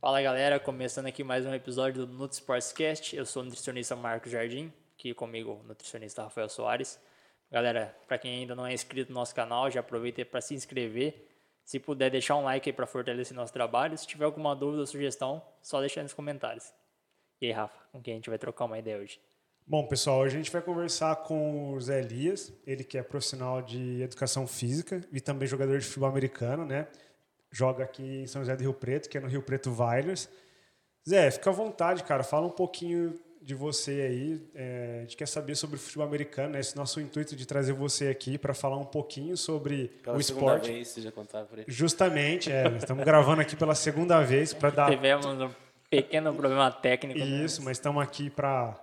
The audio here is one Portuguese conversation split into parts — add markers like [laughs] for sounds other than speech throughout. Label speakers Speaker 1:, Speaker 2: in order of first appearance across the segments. Speaker 1: Fala galera, começando aqui mais um episódio do Nutri Sportscast. Eu sou o nutricionista Marcos Jardim, aqui comigo o nutricionista Rafael Soares. Galera, para quem ainda não é inscrito no nosso canal, já aproveita para se inscrever. Se puder deixar um like aí para fortalecer nosso trabalho. Se tiver alguma dúvida ou sugestão, só deixar nos comentários. E aí, Rafa, com quem a gente vai trocar uma ideia hoje?
Speaker 2: Bom, pessoal, hoje a gente vai conversar com o Zé Elias, ele que é profissional de educação física e também jogador de futebol americano, né? Joga aqui em São José do Rio Preto, que é no Rio Preto Vilers. Zé, fica à vontade, cara, fala um pouquinho de você aí. É, a gente quer saber sobre o futebol americano, né? Esse nosso intuito de trazer você aqui para falar um pouquinho sobre
Speaker 3: Pela
Speaker 2: o
Speaker 3: segunda
Speaker 2: esporte.
Speaker 3: vez, tá você já contava por aí.
Speaker 2: Justamente, é, nós estamos gravando aqui pela segunda vez para dar
Speaker 3: [laughs]
Speaker 1: Tivemos um pequeno problema técnico. né?
Speaker 2: Ah. isso, mas estamos aqui para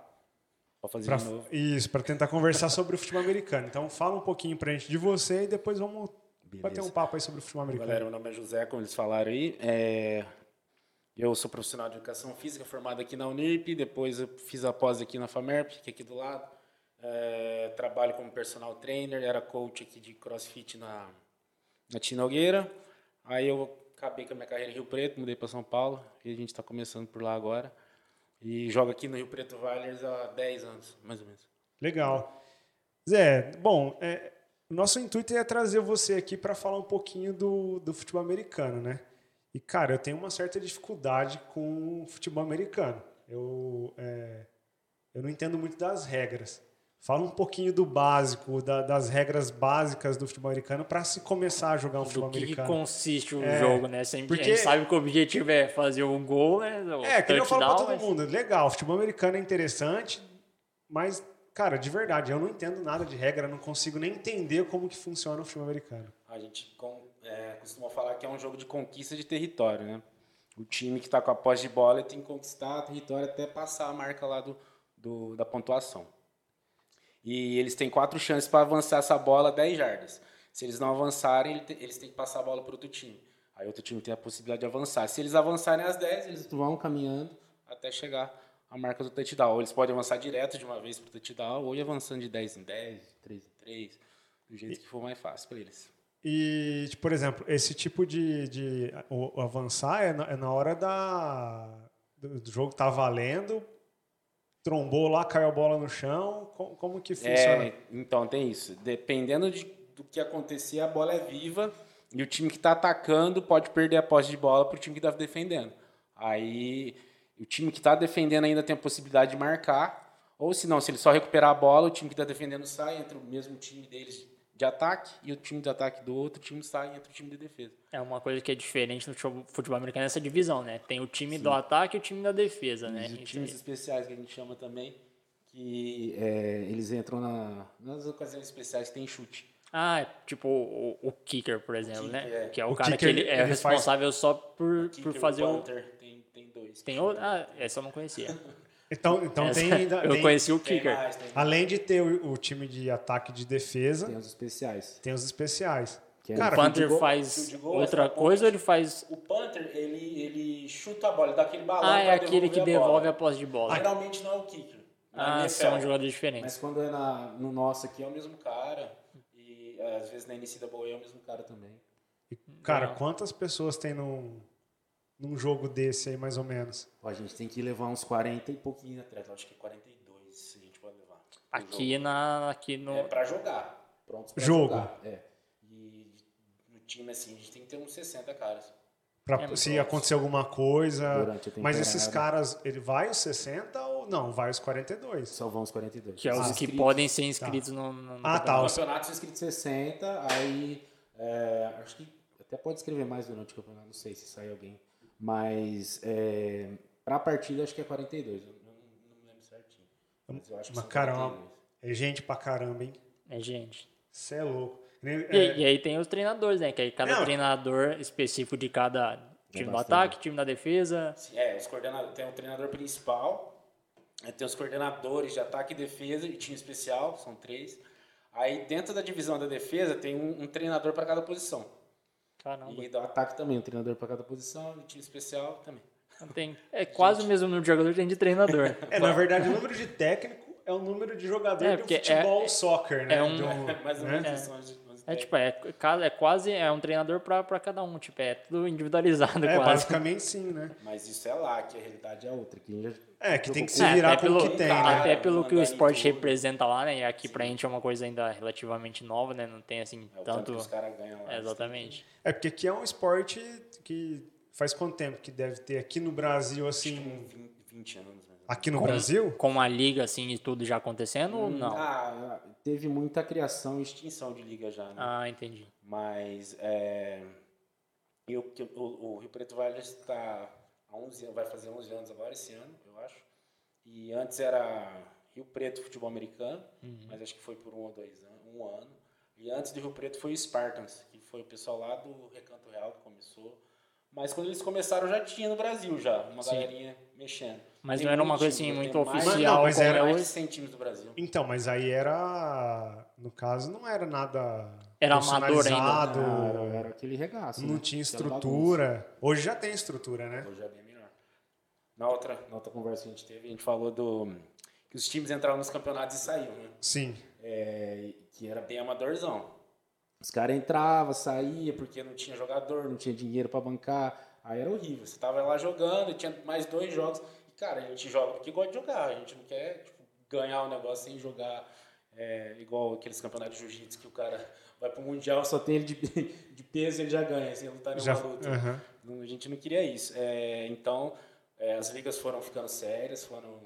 Speaker 3: Pode fazer
Speaker 2: Pra-
Speaker 3: de novo.
Speaker 2: isso, para tentar conversar sobre o futebol americano. Então fala um pouquinho pra gente de você e depois vamos
Speaker 3: Beleza.
Speaker 2: bater um papo aí sobre o futebol americano.
Speaker 3: Galera, meu nome é José, como eles falaram aí. É, Eu sou profissional de educação física, formado aqui na Unirp, depois eu fiz a pós aqui na FAMERP, que é aqui do lado. É, Trabalho como personal trainer, era coach aqui de crossfit na, na Tinogueira. Aí eu acabei com a minha carreira em Rio Preto, mudei para São Paulo, e a gente está começando por lá agora. E jogo aqui no Rio Preto Valers há 10 anos, mais ou menos.
Speaker 2: Legal. Zé, bom, é, o nosso intuito é trazer você aqui para falar um pouquinho do, do futebol americano, né? E, cara, eu tenho uma certa dificuldade com o futebol americano. Eu, é, eu não entendo muito das regras. Fala um pouquinho do básico, da- das regras básicas do futebol americano para se começar a jogar um futebol
Speaker 1: Do que, que
Speaker 2: americano.
Speaker 1: consiste o
Speaker 2: É,
Speaker 1: jogo, né? Sempre, A
Speaker 2: porque-
Speaker 1: gente sabe que o objetivo é fazer um gol, né? O
Speaker 2: É, que nem eu falo pra
Speaker 1: touchdown, mas-
Speaker 2: todo mundo. Legal, futebol americano é interessante, mas, cara, de verdade, eu não entendo nada de regra, não consigo nem entender como que funciona o futebol americano.
Speaker 3: A gente com- é, costuma falar que é um jogo de conquista de território, né? O time que está com a posse de bola ele tem que conquistar território até passar a marca lá do, do- da pontuação. E eles têm quatro chances para avançar essa bola 10 jardas. Se eles não avançarem, ele te- eles têm que passar a bola para outro time. Aí outro time tem a possibilidade de avançar. Se eles avançarem as 10, eles vão caminhando até chegar à marca do touchdown. Ou eles podem avançar direto de uma vez para o touchdown, ou ir avançando de 10 em 10, 3 em 3, do jeito que for mais fácil para eles.
Speaker 2: E, tipo, por exemplo, esse tipo de, de o- o avançar é na, é na hora da, do do jogo tá valendo, trombou lá, caiu a bola no chão, co- como, que funciona?
Speaker 3: É, então tem isso. Dependendo de- do que acontecer, a bola é viva e o time que está atacando pode perder a posse de bola para o time que está defendendo. Aí o time que está defendendo ainda tem a possibilidade de marcar, ou se não, se ele só recuperar a bola, o time que está defendendo sai, entra o mesmo time deles de ataque e o time de ataque do outro time sai, entra o time de defesa.
Speaker 1: É uma coisa que é diferente no futebol- futebol americano é essa divisão, né? Tem o time do ataque e o time da defesa, né?
Speaker 3: Os
Speaker 1: Isso
Speaker 3: times
Speaker 1: aí.
Speaker 3: especiais que a gente chama também, que é, eles entram na- nas ocasiões especiais que tem chute.
Speaker 1: Ah, é tipo o, o kicker, por exemplo,
Speaker 3: kicker,
Speaker 1: né?
Speaker 3: é.
Speaker 1: Que é o,
Speaker 2: O
Speaker 1: cara
Speaker 2: kicker,
Speaker 1: que ele é
Speaker 2: ele faz-
Speaker 1: responsável só por, por
Speaker 3: Kicker,
Speaker 1: fazer o.
Speaker 3: punter, Tem, tem dois.
Speaker 1: Tem outro? Ah, essa eu não
Speaker 3: [laughs]
Speaker 1: conhecia.
Speaker 2: Então, então
Speaker 3: É.
Speaker 1: Essa- [laughs]
Speaker 2: tem ainda.
Speaker 1: eu
Speaker 2: tem-
Speaker 1: conheci o é?
Speaker 3: Tem
Speaker 1: kicker.
Speaker 3: mais, tem mais.
Speaker 2: Além de ter o, o time de ataque e de defesa,
Speaker 3: Tem os especiais.
Speaker 2: tem os especiais.
Speaker 3: Que é
Speaker 1: o
Speaker 2: Cara,
Speaker 1: Panther
Speaker 3: field goal-
Speaker 1: faz
Speaker 3: field goal,
Speaker 1: outra
Speaker 3: extra
Speaker 1: coisa ou ele faz.
Speaker 3: O Panther, ele, ele chuta a bola, ele dá aquele balão.
Speaker 1: Ah, é
Speaker 3: pra
Speaker 1: aquele que
Speaker 3: devolver a bola.
Speaker 1: devolve a posse de bola.
Speaker 3: Geralmente não é o kicker. Na
Speaker 1: Ah,
Speaker 3: NFL.
Speaker 1: são jogadores diferentes.
Speaker 3: Mas quando é na, no nosso aqui é o mesmo cara. E é, às vezes na NCAA é o mesmo cara também.
Speaker 2: E, cara,
Speaker 1: Não.
Speaker 2: quantas pessoas tem num, num jogo desse aí, mais ou menos?
Speaker 3: Ó, a gente tem que levar uns 40 e pouquinho atrás. Eu acho que é 42 a gente pode levar. pro
Speaker 1: Aqui, na, aqui no.
Speaker 3: jogo. É pra jogar. Prontos pra
Speaker 2: Jogo.
Speaker 3: jogar. É. E no time assim, a gente tem que ter uns 60 caras.
Speaker 2: Pra,
Speaker 1: É,
Speaker 2: se
Speaker 1: mas-
Speaker 2: acontecer alguma
Speaker 1: Ah,
Speaker 2: coisa.
Speaker 3: Durante a
Speaker 2: Mas esses
Speaker 3: temporada.
Speaker 2: caras, ele vai os 60 ou não? Vai os 42.
Speaker 3: Só vão os 42.
Speaker 1: Que é os que
Speaker 3: Ah, Inscritos.
Speaker 1: podem ser inscritos no, no- no
Speaker 2: Ah, tá,
Speaker 3: O
Speaker 2: os-
Speaker 3: Então, campeonato foi inscrito 60, aí é, acho que até pode escrever mais durante o campeonato, não sei se sai alguém. Mas é, pra partida acho que é 42, eu não, não me lembro certinho. Mas eu acho que
Speaker 2: Mas,
Speaker 3: são
Speaker 2: cara,
Speaker 3: 42.
Speaker 2: É gente pra caramba, hein?
Speaker 1: É, gente.
Speaker 2: Você é louco. Nem-
Speaker 1: E,
Speaker 2: é,
Speaker 1: e aí tem os treinadores, né? Que aí cada
Speaker 2: Não.
Speaker 1: treinador específico de cada time do
Speaker 3: bastante.
Speaker 1: ataque, time da defesa.
Speaker 3: Sim, É, os coordenadores, tem o treinador principal, aí tem os coordenadores de ataque e defesa e time especial, são três. Aí dentro da divisão da defesa tem um- um treinador pra cada posição.
Speaker 1: Caramba,
Speaker 3: E do ataque também, um treinador pra cada posição e time especial também.
Speaker 2: [laughs]
Speaker 3: [laughs]
Speaker 1: não tem. É quase o mesmo número de jogador que tem de treinador.
Speaker 2: é, na verdade, o número de técnico é é o número de jogador
Speaker 1: É,
Speaker 2: do
Speaker 1: porque é-
Speaker 2: futebol soccer, né?
Speaker 1: é um-
Speaker 2: De
Speaker 1: [laughs]
Speaker 3: Mais ou
Speaker 2: né?
Speaker 3: menos
Speaker 1: É.
Speaker 3: isso, umas- umas
Speaker 1: É
Speaker 3: ideias.
Speaker 1: tipo, é, ca- é quase é um treinador pra, pra cada um, tipo, é tudo individualizado
Speaker 2: [laughs] É,
Speaker 1: quase.
Speaker 2: basicamente sim, né?
Speaker 3: Mas isso é lá, que a realidade é outra. Que
Speaker 2: É, que tem que se
Speaker 1: É,
Speaker 2: virar
Speaker 1: até
Speaker 2: com o
Speaker 1: pelo-
Speaker 2: que tem,
Speaker 3: cara,
Speaker 2: né?
Speaker 1: Até pelo que o
Speaker 3: mandar em
Speaker 1: esporte
Speaker 3: tudo.
Speaker 1: representa lá, né? E aqui pra gente é uma coisa ainda relativamente nova, né? Não tem assim
Speaker 3: é o tanto
Speaker 1: tanto.
Speaker 3: que os caras né? ganham lá.
Speaker 1: É, exatamente.
Speaker 2: É, porque aqui é um esporte que faz quanto tempo que deve ter aqui no Brasil,
Speaker 3: Acho que
Speaker 2: assim...
Speaker 3: uns 20, 20 anos. Né?
Speaker 2: Aqui no
Speaker 1: Com-
Speaker 2: Brasil?
Speaker 1: Com a liga assim e tudo já acontecendo ou não? Ah,
Speaker 3: Ah, teve muita criação e extinção de liga já, né?
Speaker 1: Ah, entendi.
Speaker 3: Mas é, eu, que- o, o Rio Preto Vale está há 11 anos, vai fazer 11 anos agora, esse ano, eu acho. E antes era Rio Preto Futebol Americano,
Speaker 1: Uhum.
Speaker 3: mas acho que foi por um ou dois anos, um ano. E antes do Rio Preto foi o Spartans, que foi o pessoal lá do Recanto Real que começou. Mas quando eles começaram já tinha no Brasil já, uma
Speaker 1: Sim.
Speaker 3: galerinha mexendo.
Speaker 1: Mas
Speaker 3: Tem
Speaker 1: não era uma
Speaker 3: muito
Speaker 1: coisa
Speaker 3: time,
Speaker 1: assim
Speaker 3: tem
Speaker 1: muito
Speaker 3: mais-
Speaker 1: oficial
Speaker 2: Mas
Speaker 1: como
Speaker 2: era
Speaker 1: é
Speaker 3: mais de
Speaker 1: hoje.
Speaker 3: 100 times do Brasil.
Speaker 2: Então, mas aí era... No caso, não era nada
Speaker 1: Era amador ainda. Ah,
Speaker 2: personalizado,
Speaker 3: aquele regaço.
Speaker 2: Ah,
Speaker 1: né?
Speaker 2: não tinha estrutura. Hoje já tem estrutura, né?
Speaker 3: Hoje é bem melhor. Na outra, na outra conversa que a gente teve, a gente falou do que os times entravam nos campeonatos e saíam, né?
Speaker 2: Sim.
Speaker 3: É, que era bem amadorzão. Os caras entravam, saía porque não tinha jogador, não tinha dinheiro pra bancar. Aí era horrível. Você tava lá jogando, e tinha mais dois jogos. E, cara, a gente joga porque gosta de jogar. A gente não quer tipo, ganhar o negócio sem jogar é, igual aqueles campeonatos de jiu-jitsu que o cara vai pro mundial, só tem ele de, [laughs] de peso ele já ganha, sem lutar nenhuma
Speaker 2: Já, é,
Speaker 3: luta.
Speaker 2: aham.
Speaker 3: Não, A gente não queria isso. É, então, é, as ligas foram ficando sérias, foram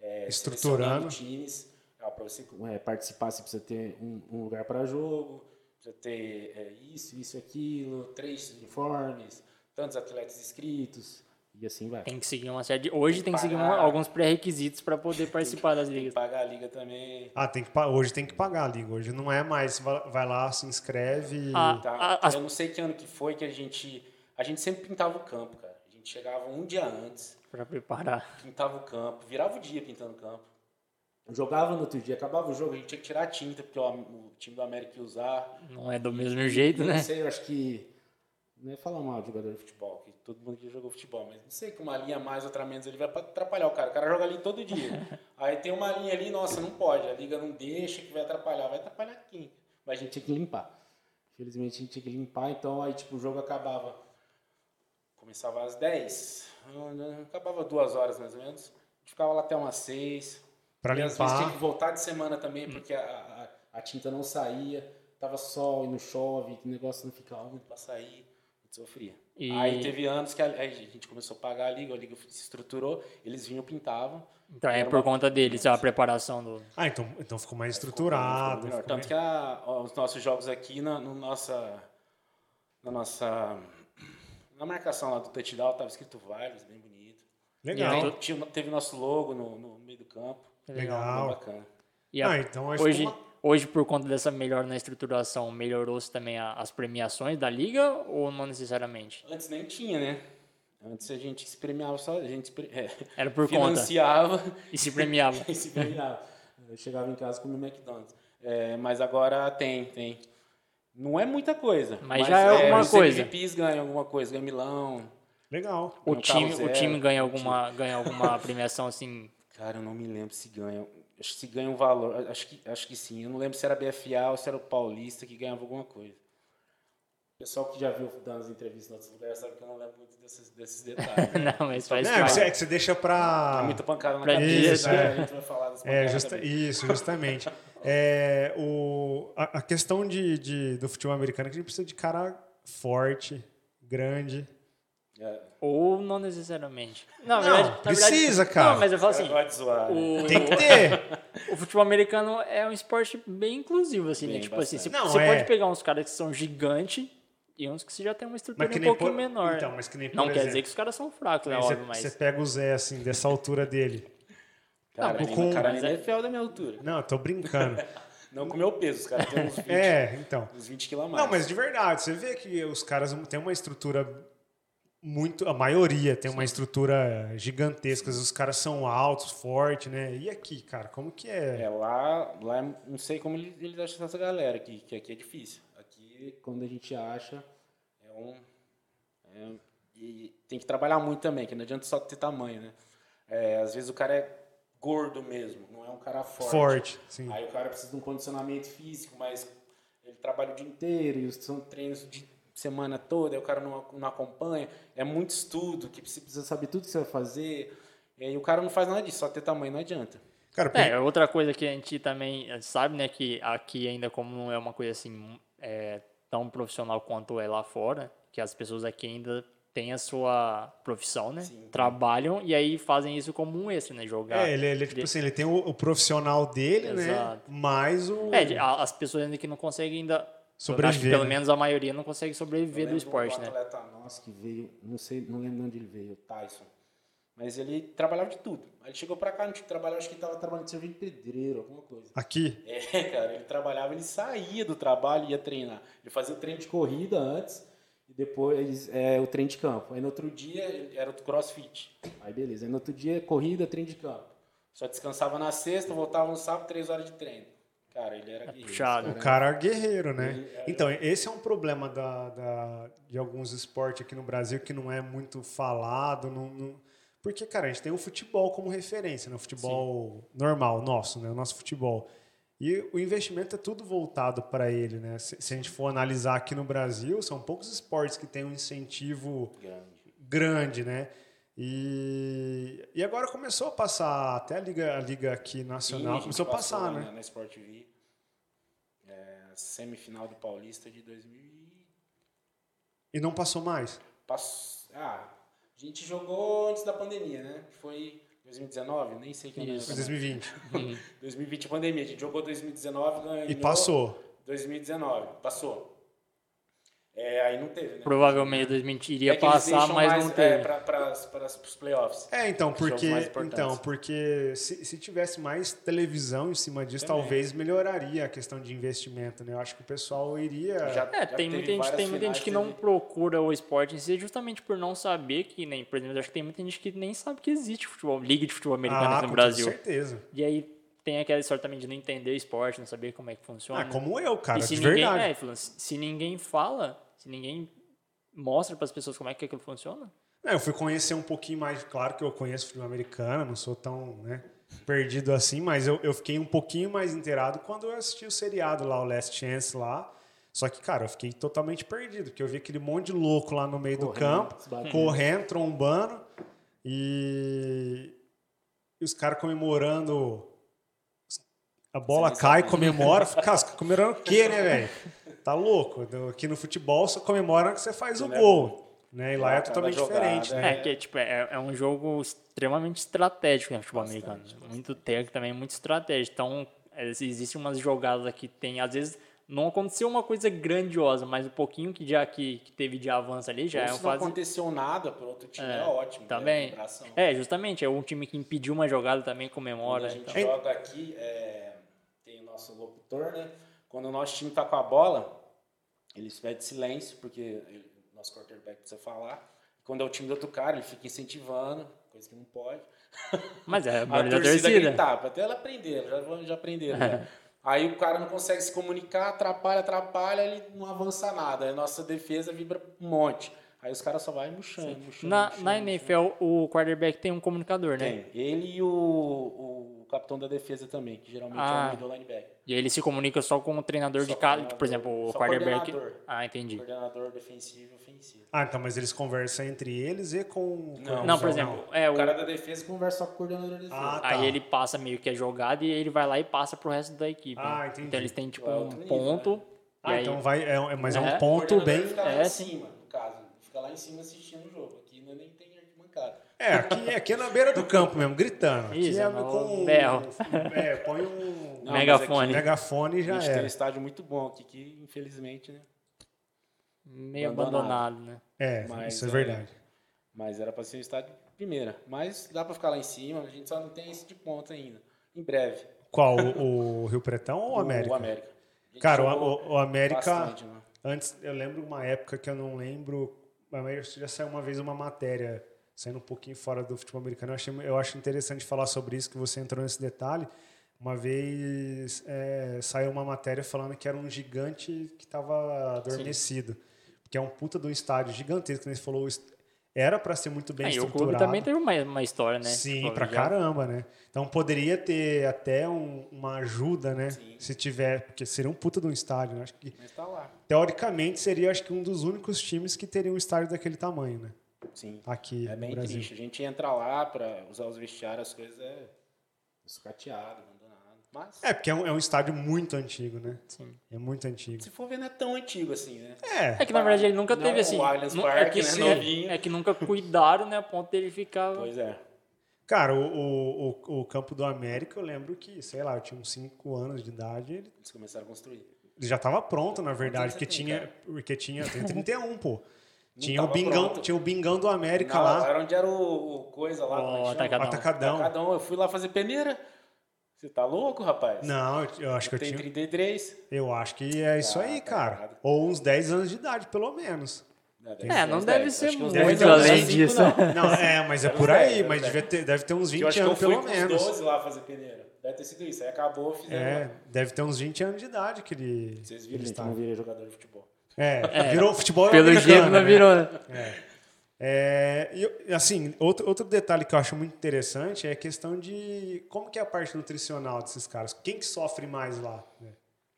Speaker 3: é,
Speaker 2: Estruturando.
Speaker 3: selecionando times. Ah, para você é, participar, você precisa ter um, um lugar para jogo, precisa ter é, isso, isso, aquilo, três uniformes, tantos atletas inscritos, e assim vai.
Speaker 1: Tem que seguir uma série de... Hoje tem que seguir
Speaker 3: Pagar.
Speaker 1: uma- alguns pré-requisitos pra poder participar das
Speaker 3: Tem que
Speaker 1: ligas.
Speaker 3: pagar a liga também.
Speaker 2: Ah, tem que, pa- hoje tem que pagar a liga. Hoje não é mais. va- Vai lá, se inscreve.
Speaker 1: Ah.
Speaker 3: Tá?
Speaker 1: A- as-
Speaker 3: Eu não sei que ano que foi que a gente... A gente sempre pintava o campo, cara. A gente chegava um dia antes,
Speaker 1: Pra preparar.
Speaker 3: pintava o campo, virava o dia pintando o campo. Jogava no outro dia, acabava o jogo, a gente tinha que tirar a tinta, porque o, o time do América ia usar.
Speaker 1: Não é do mesmo jeito,
Speaker 3: Não
Speaker 1: né?
Speaker 3: sei, eu acho que. Não é falar mal de jogador de futebol, que todo mundo que jogou futebol, mas não sei que uma linha a mais, outra a menos, ele vai pra atrapalhar o cara. O cara joga ali
Speaker 1: [laughs]
Speaker 3: todo dia. Aí tem uma linha ali, nossa, não pode, a liga não deixa, que vai atrapalhar. Vai atrapalhar quem? Mas a gente tinha que limpar. Infelizmente a gente tinha que limpar, então aí tipo, o jogo acabava. Começava às 10, acabava duas horas mais ou menos. A gente ficava lá até umas 6,
Speaker 2: pra
Speaker 3: e às vezes tinha que
Speaker 2: limpar. Hum.
Speaker 3: voltar de semana também, porque a, a, a tinta não saía, tava sol e não chove, o negócio não ficava úmido pra sair, a gente sofria.
Speaker 1: E-
Speaker 3: Aí teve anos que a, aí a gente começou a pagar a liga, a liga se estruturou, eles vinham, pintavam.
Speaker 1: Então é
Speaker 3: Era
Speaker 1: por
Speaker 3: uma-
Speaker 1: conta deles, a preparação do...
Speaker 2: Ah, então, então ficou mais estruturado.
Speaker 3: É, Ficou melhor.
Speaker 2: ficou
Speaker 3: Tanto que a- ó, os nossos jogos aqui na, no nossa, na nossa. Na marcação lá do touchdown tava escrito vários, bem bonito.
Speaker 2: bem-
Speaker 1: E aí,
Speaker 2: Legal.
Speaker 1: tu-
Speaker 3: Tinha, teve nosso logo no, no meio do campo.
Speaker 2: Legal.
Speaker 3: Bem bacana.
Speaker 1: E a-
Speaker 2: Ah, então aí
Speaker 1: né? hoje,
Speaker 2: ficou uma-
Speaker 1: hoje, por conta dessa melhora na estruturação, melhorou-se também a- as premiações da liga ou não necessariamente?
Speaker 3: Antes nem tinha, né? Antes a gente se premiava só, a gente se pre- é,
Speaker 1: Era por conta
Speaker 3: financiava
Speaker 1: e se
Speaker 3: [laughs]
Speaker 1: premiava.
Speaker 3: e se premiava. Eu chegava em casa com o McDonald's. É, mas agora tem, tem. Não é muita coisa.
Speaker 1: Mas já é alguma
Speaker 3: os
Speaker 1: coisa.
Speaker 3: MVPs ganham alguma coisa, ganham Milão.
Speaker 2: Legal.
Speaker 1: O
Speaker 3: Ganham
Speaker 1: time,
Speaker 3: carro
Speaker 1: o
Speaker 3: zero.
Speaker 1: time ganha alguma, ganha alguma premiação assim. [laughs]
Speaker 3: Cara, eu não me lembro se ganha. Acho que se ganha um valor. Acho que, acho que sim. Eu não lembro se era BFA ou se era o Paulista que ganhava alguma coisa. O pessoal que já viu dando as entrevistas em outros lugares sabe que eu não lembro muito desses,
Speaker 1: [laughs]
Speaker 3: desses detalhes. né?
Speaker 1: Não, mas faz
Speaker 2: É, que você,
Speaker 1: parte.
Speaker 2: é que você deixa Ah. pra.
Speaker 1: Tá
Speaker 3: Tem muita pancada na
Speaker 1: Pra
Speaker 3: cabeça,
Speaker 1: isso,
Speaker 3: né?
Speaker 2: é.
Speaker 3: A gente vai falar das
Speaker 2: É,
Speaker 3: pancadas
Speaker 2: justa-
Speaker 3: também.
Speaker 2: isso,
Speaker 1: [laughs]
Speaker 2: justamente. É, o, a, a questão de, de- do futebol americano é que a gente precisa de cara forte, grande.
Speaker 3: É.
Speaker 1: Ou não necessariamente. Não, na
Speaker 2: Não,
Speaker 1: verdade- na verdade-
Speaker 2: precisa, cara.
Speaker 1: Não, mas eu falo assim.
Speaker 3: gosta de zoar. né?
Speaker 1: O,
Speaker 2: Tem
Speaker 1: [laughs]
Speaker 2: que ter.
Speaker 1: o futebol americano é um esporte bem inclusivo, assim, né?
Speaker 3: Bem,
Speaker 1: Tipo assim,
Speaker 3: bastante.
Speaker 1: você,
Speaker 2: Não,
Speaker 1: você
Speaker 2: é.
Speaker 1: pode pegar uns caras que são gigantes e uns que você já tem uma estrutura um pouquinho
Speaker 2: por-
Speaker 1: menor.
Speaker 2: Então, mas que nem por
Speaker 1: não quer
Speaker 2: exemplo,
Speaker 1: dizer que os caras são fracos, né?
Speaker 2: você,
Speaker 1: Óbvio, mas.
Speaker 2: você pega o Zé, assim, dessa altura dele.
Speaker 3: Cara,
Speaker 1: mas
Speaker 3: tem
Speaker 2: com-
Speaker 3: um cara
Speaker 1: mas
Speaker 3: ali
Speaker 1: é-
Speaker 3: é fiel da minha altura.
Speaker 2: Não, eu
Speaker 1: [laughs]
Speaker 2: tô brincando.
Speaker 3: Não com o meu peso, os caras têm uns 20,
Speaker 2: [laughs] É, então.
Speaker 3: uns 20 quilos a mais.
Speaker 2: Não, mas de verdade, você vê que os caras têm uma estrutura muito. A maioria tem uma estrutura gigantesca. Os caras são altos, fortes, né? E aqui, cara, como que é?
Speaker 3: É, lá, lá, não sei como ele- eles acham essa galera, que, que aqui é difícil. Aqui, quando a gente acha, é um... é- e tem que trabalhar muito também, que não adianta só ter tamanho, né? É, às vezes o cara é gordo mesmo, não é um cara forte.
Speaker 2: Forte, sim.
Speaker 3: Aí o cara precisa de um condicionamento físico, mas ele trabalha o dia inteiro e são treinos de semana toda, aí o cara não, não acompanha. É muito estudo, que você precisa saber tudo que você vai fazer. E aí o cara não faz nada disso, só ter tamanho não adianta.
Speaker 2: Cara, por-
Speaker 1: É, outra coisa que a gente também sabe, né, que aqui ainda como não é uma coisa assim é, tão profissional quanto é lá fora, que as pessoas aqui ainda têm a sua profissão, né?
Speaker 3: Sim.
Speaker 1: Trabalham e aí fazem isso como um extra, né? Jogar.
Speaker 2: é, ele, ele, tipo
Speaker 1: De-
Speaker 2: assim, ele tem o, o profissional dele, né?
Speaker 1: Exato.
Speaker 2: Mais o.
Speaker 1: É, de- a- as pessoas ainda que não conseguem ainda.
Speaker 2: Sobreviver,
Speaker 1: Acho que pelo
Speaker 2: né?
Speaker 1: menos a maioria não consegue sobreviver
Speaker 3: Eu
Speaker 1: do
Speaker 3: lembro de um
Speaker 1: esporte, né?
Speaker 3: atleta nosso que veio, não sei, não lembro de onde ele veio, o Tyson. Mas ele trabalhava de tudo. Aí ele chegou pra cá, não tinha que trabalhar, acho que ele tava trabalhando de serviço de pedreiro, alguma coisa.
Speaker 2: Aqui.
Speaker 3: É, cara, ele trabalhava, ele saía do trabalho e ia treinar. Ele fazia o treino de corrida antes e depois é, o treino de campo. Aí no outro dia ele- era o crossfit. Aí beleza, aí no outro dia corrida, treino de campo. Só descansava na sexta, voltava no sábado, três horas de treino. Cara, ele era guerreiro,
Speaker 1: puxado.
Speaker 2: O
Speaker 3: esse cara
Speaker 2: cara guerreiro, É né?
Speaker 1: Uhum.
Speaker 3: Ele era-
Speaker 2: Então, esse é um problema da, da- de alguns esportes aqui no Brasil que não é muito falado. Não, não- Porque, cara, a gente tem o futebol como referência, né? O futebol normal, nosso, né? O nosso futebol. E o investimento é tudo voltado para ele, né? Se, se a gente for analisar aqui no Brasil, são poucos esportes que têm um incentivo
Speaker 3: é grande.
Speaker 2: grande, né? E, e agora começou a passar, até a Liga, a Liga aqui nacional
Speaker 3: Sim,
Speaker 2: começou a
Speaker 3: passou
Speaker 2: passar,
Speaker 3: na-
Speaker 2: né?
Speaker 3: Na Sport TV. É, semifinal do Paulista de 2000. e-
Speaker 2: E não passou mais.
Speaker 3: Pass... Ah, a gente jogou antes da pandemia, né? Foi 2019, nem sei que ano
Speaker 1: Isso.
Speaker 2: Foi
Speaker 3: era.
Speaker 2: 2020.
Speaker 3: 2020 pandemia. A gente jogou 2019 ganhou.
Speaker 2: E passou.
Speaker 3: 2019, passou. É, aí não teve, né?
Speaker 1: Provavelmente 2020 iria
Speaker 3: É que eles
Speaker 1: passar, um
Speaker 3: deixam
Speaker 1: mas
Speaker 3: mais,
Speaker 1: não
Speaker 3: É,
Speaker 1: teve.
Speaker 3: para os playoffs.
Speaker 2: É, então,
Speaker 3: Jogos
Speaker 2: porque,
Speaker 3: mais importantes.
Speaker 2: então, porque se, se tivesse mais televisão em cima disso,
Speaker 3: Também.
Speaker 2: talvez melhoraria a questão de investimento, né? Eu acho que o pessoal iria.
Speaker 3: Já-
Speaker 1: É,
Speaker 3: já
Speaker 1: tem
Speaker 3: teve
Speaker 1: muita gente,
Speaker 3: várias
Speaker 1: tem muita
Speaker 3: finais,
Speaker 1: gente que não
Speaker 3: teve-
Speaker 1: procura o esporte em si justamente por não saber que nem, por exemplo, acho que tem muita gente que nem sabe que existe futebol, liga de futebol americano
Speaker 2: Ah,
Speaker 1: aqui
Speaker 2: com
Speaker 1: no Brasil.
Speaker 2: certeza.
Speaker 1: E aí tem aquela história também de não entender o esporte, não saber como é que funciona.
Speaker 2: Ah, como eu, cara,
Speaker 1: e se
Speaker 2: de
Speaker 1: ninguém,
Speaker 2: verdade.
Speaker 1: é, falando, se se ninguém fala, se ninguém mostra para as pessoas como é que aquilo funciona,
Speaker 2: É, eu fui conhecer um pouquinho mais, claro que eu conheço futebol americano, não sou tão né, perdido assim, mas eu, eu fiquei um pouquinho mais inteirado quando eu assisti o seriado lá, o Last Chance lá. Só que, cara, eu fiquei totalmente perdido, porque eu vi aquele monte de louco lá no meio do
Speaker 3: Correndo,
Speaker 2: campo,
Speaker 3: se batendo.
Speaker 2: correndo, trombando, e, e os caras comemorando. A bola
Speaker 3: Sem
Speaker 2: cai,
Speaker 3: saber.
Speaker 2: comemora. Eu falei, Cara, os caras comemorando o quê, né, velho? Tá louco. Do- Aqui no futebol só comemora que você faz o
Speaker 3: Né?
Speaker 2: gol. Né? E lá é
Speaker 3: Cada
Speaker 2: totalmente
Speaker 3: jogada,
Speaker 2: diferente, né?
Speaker 1: é, que tipo, é, é um jogo extremamente estratégico no futebol
Speaker 3: Bastante,
Speaker 1: americano. Muito técnico também, muito estratégico. Então, é, existem umas jogadas que tem, às vezes não aconteceu uma coisa grandiosa, mas o pouquinho que já que, que teve de avanço ali já
Speaker 3: Ou
Speaker 1: é uma
Speaker 3: se não
Speaker 1: fase.
Speaker 3: aconteceu nada pro outro time, é, ótimo.
Speaker 1: Também.
Speaker 3: Né? Vibração.
Speaker 1: É, justamente, é um time que impediu uma jogada também
Speaker 3: Quando
Speaker 1: comemora.
Speaker 3: a gente
Speaker 1: então.
Speaker 3: joga aqui, é, tem o nosso locutor, né? Quando o nosso time tá com a bola, eles pedem silêncio, porque ele- o nosso quarterback precisa falar. Quando é o time do outro cara, ele fica incentivando, coisa que não pode.
Speaker 1: Mas é a
Speaker 3: A
Speaker 1: maioria da
Speaker 3: torcida,
Speaker 1: torcida.
Speaker 3: gritava, até ela aprender, já, vão- já
Speaker 1: [laughs]
Speaker 3: aprenderam. né? Aí o cara não consegue se comunicar, atrapalha, atrapalha, ele não avança nada. Aí nossa defesa vibra um monte. Aí os caras só vai murchando, murchando,
Speaker 1: É. Na,
Speaker 3: murchando,
Speaker 1: na
Speaker 3: murchando.
Speaker 1: NFL, o quarterback tem um comunicador, né?
Speaker 3: Tem. Ele e o, o capitão da defesa também, que geralmente é
Speaker 1: Ah.
Speaker 3: o middle linebacker.
Speaker 1: E ele se comunica só com o treinador
Speaker 3: Só
Speaker 1: de cada.
Speaker 3: coordenador.
Speaker 1: Por exemplo, o
Speaker 3: Só
Speaker 1: quarterback.
Speaker 3: coordenador.
Speaker 1: Ah, entendi.
Speaker 3: Coordenador defensivo e ofensivo.
Speaker 2: Ah, então, mas eles conversam entre eles e com.
Speaker 3: Não,
Speaker 2: com-
Speaker 1: Não, por
Speaker 3: não.
Speaker 1: exemplo, é,
Speaker 3: O
Speaker 1: o,
Speaker 3: cara da defesa conversa só com o coordenador da defesa.
Speaker 2: Ah,
Speaker 1: aí
Speaker 2: tá.
Speaker 1: ele passa meio que a jogada e ele vai lá e passa pro resto da equipe.
Speaker 2: Ah,
Speaker 1: né?
Speaker 2: entendi.
Speaker 1: Então eles têm tipo
Speaker 3: É
Speaker 1: um
Speaker 3: outro nível,
Speaker 1: ponto.
Speaker 2: Ah,
Speaker 1: e aí,
Speaker 2: então vai. É, um- é- mas é, um
Speaker 1: É.
Speaker 3: O
Speaker 2: ponto
Speaker 3: coordenador
Speaker 2: bem.
Speaker 3: Fica lá
Speaker 1: É,
Speaker 3: em
Speaker 1: sim.
Speaker 3: cima, no caso. Fica lá em cima assistindo o jogo. Aqui ainda nem tem arquibancada.
Speaker 2: É, aqui, aqui é na beira do campo mesmo, gritando. Aqui
Speaker 1: Isso,
Speaker 2: é
Speaker 1: mas
Speaker 2: com.
Speaker 1: berro.
Speaker 2: [laughs] É, põe um
Speaker 3: Não, mas
Speaker 1: megafone.
Speaker 2: megafone e
Speaker 3: A
Speaker 2: já
Speaker 3: gente tem um
Speaker 2: era.
Speaker 3: estádio muito bom aqui, que infelizmente, né?
Speaker 1: Meio
Speaker 3: abandonado.
Speaker 1: abandonado, né?
Speaker 2: É,
Speaker 3: Mas,
Speaker 2: isso é
Speaker 3: é,
Speaker 2: verdade.
Speaker 3: Mas era pra ser um estádio de primeira. Mas dá pra ficar lá em cima, a gente só não tem esse de ponta ainda. Em breve.
Speaker 2: Qual? O, o Rio Pretão ou o América?
Speaker 3: O América. A gente
Speaker 2: Cara, o,
Speaker 3: jogou
Speaker 2: o- o América.
Speaker 3: bastante, né?
Speaker 2: Antes, eu lembro uma época que eu não lembro, mas já saiu uma vez uma matéria, saindo um pouquinho fora do futebol americano. Eu, achei, eu acho interessante falar sobre isso, que você entrou nesse detalhe. Uma vez é, saiu uma matéria falando que era um gigante que estava adormecido. Porque é um puta de um estádio gigantesco, que nem né? você falou. o est- era para ser muito bem
Speaker 1: Ah, e o
Speaker 2: estruturado.
Speaker 1: clube também teve uma, uma história, né?
Speaker 2: Sim,
Speaker 1: Tipo,
Speaker 2: pra
Speaker 1: já-
Speaker 2: caramba, né? Então poderia ter até um- uma ajuda, né?
Speaker 3: Sim.
Speaker 2: Se tiver, porque seria um puta de um estádio, né? Acho que,
Speaker 3: Mas tá lá.
Speaker 2: teoricamente, seria acho que um dos únicos times que teria um estádio daquele tamanho, né?
Speaker 3: Sim.
Speaker 2: Aqui
Speaker 3: É
Speaker 2: no
Speaker 3: bem
Speaker 2: Brasil.
Speaker 3: triste. A gente entra lá pra usar os vestiários, as coisas é sucateado, abandonado. Mas,
Speaker 2: É, porque é um, é um estádio muito antigo, né?
Speaker 1: Sim.
Speaker 2: É muito antigo.
Speaker 3: se for ver, não é tão antigo assim, né?
Speaker 2: É,
Speaker 1: É que na verdade ele nunca
Speaker 3: Não,
Speaker 1: teve
Speaker 3: o
Speaker 1: assim.
Speaker 3: Allianz
Speaker 1: nu- é,
Speaker 3: Parque,
Speaker 1: que,
Speaker 3: né,
Speaker 1: sim,
Speaker 3: novinho.
Speaker 1: é que nunca cuidaram, né? A ponto dele ficar.
Speaker 3: Pois é.
Speaker 2: cara, o, o, o- o Campo do América, eu lembro que, sei lá, eu tinha uns 5 anos de idade, ele,
Speaker 3: Eles começaram a construir.
Speaker 2: ele já tava pronto, na verdade,
Speaker 3: anos
Speaker 2: porque
Speaker 3: você tem,
Speaker 2: tinha,
Speaker 3: cara?
Speaker 2: porque tinha, tem 31, pô.
Speaker 3: é. [laughs] Não
Speaker 2: Tinha o
Speaker 3: tava
Speaker 2: bingão,
Speaker 3: pronto.
Speaker 2: tinha o bingão do América
Speaker 3: Não,
Speaker 2: lá,
Speaker 3: Era onde era o, o coisa lá. como é que
Speaker 1: Ó,
Speaker 3: chama?
Speaker 1: atacadão.
Speaker 2: atacadão.
Speaker 3: Atacadão. Eu fui lá fazer peneira. Você tá louco, rapaz?
Speaker 2: Não, eu- eu acho que eu
Speaker 3: Tem
Speaker 2: tinha.
Speaker 3: 33.
Speaker 2: Eu acho que é isso
Speaker 3: Tá,
Speaker 2: aí,
Speaker 3: tá
Speaker 2: cara.
Speaker 3: errado.
Speaker 2: Ou uns 10 anos de idade, pelo menos.
Speaker 3: deve
Speaker 1: É,
Speaker 3: ser
Speaker 1: não
Speaker 3: uns
Speaker 1: deve
Speaker 3: 10.
Speaker 1: ser
Speaker 3: Acho que uns
Speaker 1: muito
Speaker 3: 10,
Speaker 1: além
Speaker 3: uns 5
Speaker 1: disso.
Speaker 3: não.
Speaker 2: Não, é, mas é
Speaker 3: Era
Speaker 2: por
Speaker 3: uns
Speaker 2: aí,
Speaker 3: 10,
Speaker 2: mas
Speaker 3: era uns
Speaker 2: devia ter, deve ter uns
Speaker 3: Eu
Speaker 2: 20
Speaker 3: acho que eu
Speaker 2: anos,
Speaker 3: fui
Speaker 2: pelo
Speaker 3: com uns
Speaker 2: menos.
Speaker 3: 12 lá fazer peneira. Deve ter sido isso. Aí acabou,
Speaker 2: É,
Speaker 3: fizeram. lá.
Speaker 2: deve ter uns 20 anos de idade que ele.
Speaker 3: né? Vocês
Speaker 2: que
Speaker 3: viram
Speaker 2: ele
Speaker 3: tá? que eu
Speaker 2: estava.
Speaker 3: não virei jogador de futebol.
Speaker 2: É, virou futebol
Speaker 1: Pelo jeito
Speaker 2: americano,
Speaker 1: não
Speaker 2: né?
Speaker 1: virou, né?
Speaker 2: É, e eu- assim, outro, outro detalhe que eu acho muito interessante é a questão de como que é a parte nutricional desses caras. Quem que sofre mais lá? né?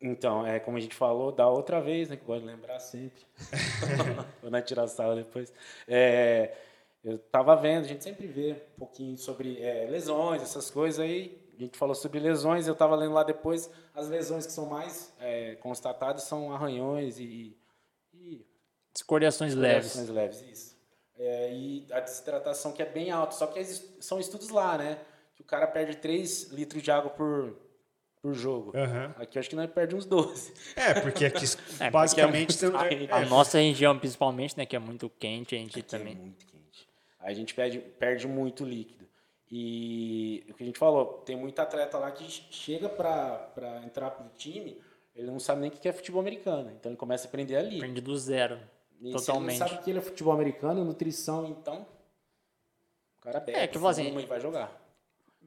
Speaker 3: Então, é como a gente falou da outra vez, né? Que pode lembrar sempre. Vou na tirassala depois. É, eu tava vendo, a gente sempre vê um pouquinho sobre é, lesões, essas coisas aí. A gente falou sobre lesões, eu tava lendo lá depois. As lesões que são mais é, constatadas são arranhões e- e
Speaker 1: Escoriações leves.
Speaker 3: Corações leves, isso. É, e a desidratação que é bem alta. Só que es- são estudos lá, né? Que o cara perde 3 litros de água por, por jogo.
Speaker 2: Aham.
Speaker 3: Aqui eu acho que nós perde uns 12.
Speaker 2: É, porque
Speaker 1: [laughs]
Speaker 2: aqui
Speaker 1: é
Speaker 2: basicamente.
Speaker 3: muito
Speaker 2: tem- é,
Speaker 3: diferente.
Speaker 1: A nossa região, principalmente, né? Que é muito quente, a gente
Speaker 3: Aqui é
Speaker 1: também.
Speaker 3: muito quente. Aí a gente perde, perde muito líquido. E o que a gente falou, tem muito atleta lá que chega pra pra entrar pro time, ele não sabe nem o que é futebol americano. Então ele começa a aprender ali.
Speaker 1: Aprende do zero.
Speaker 3: E
Speaker 1: Totalmente.
Speaker 3: Se ele não sabe que ele é futebol americano, nutrição, então. O cara bebe,
Speaker 1: É, tipo assim-
Speaker 3: fuma e vai jogar.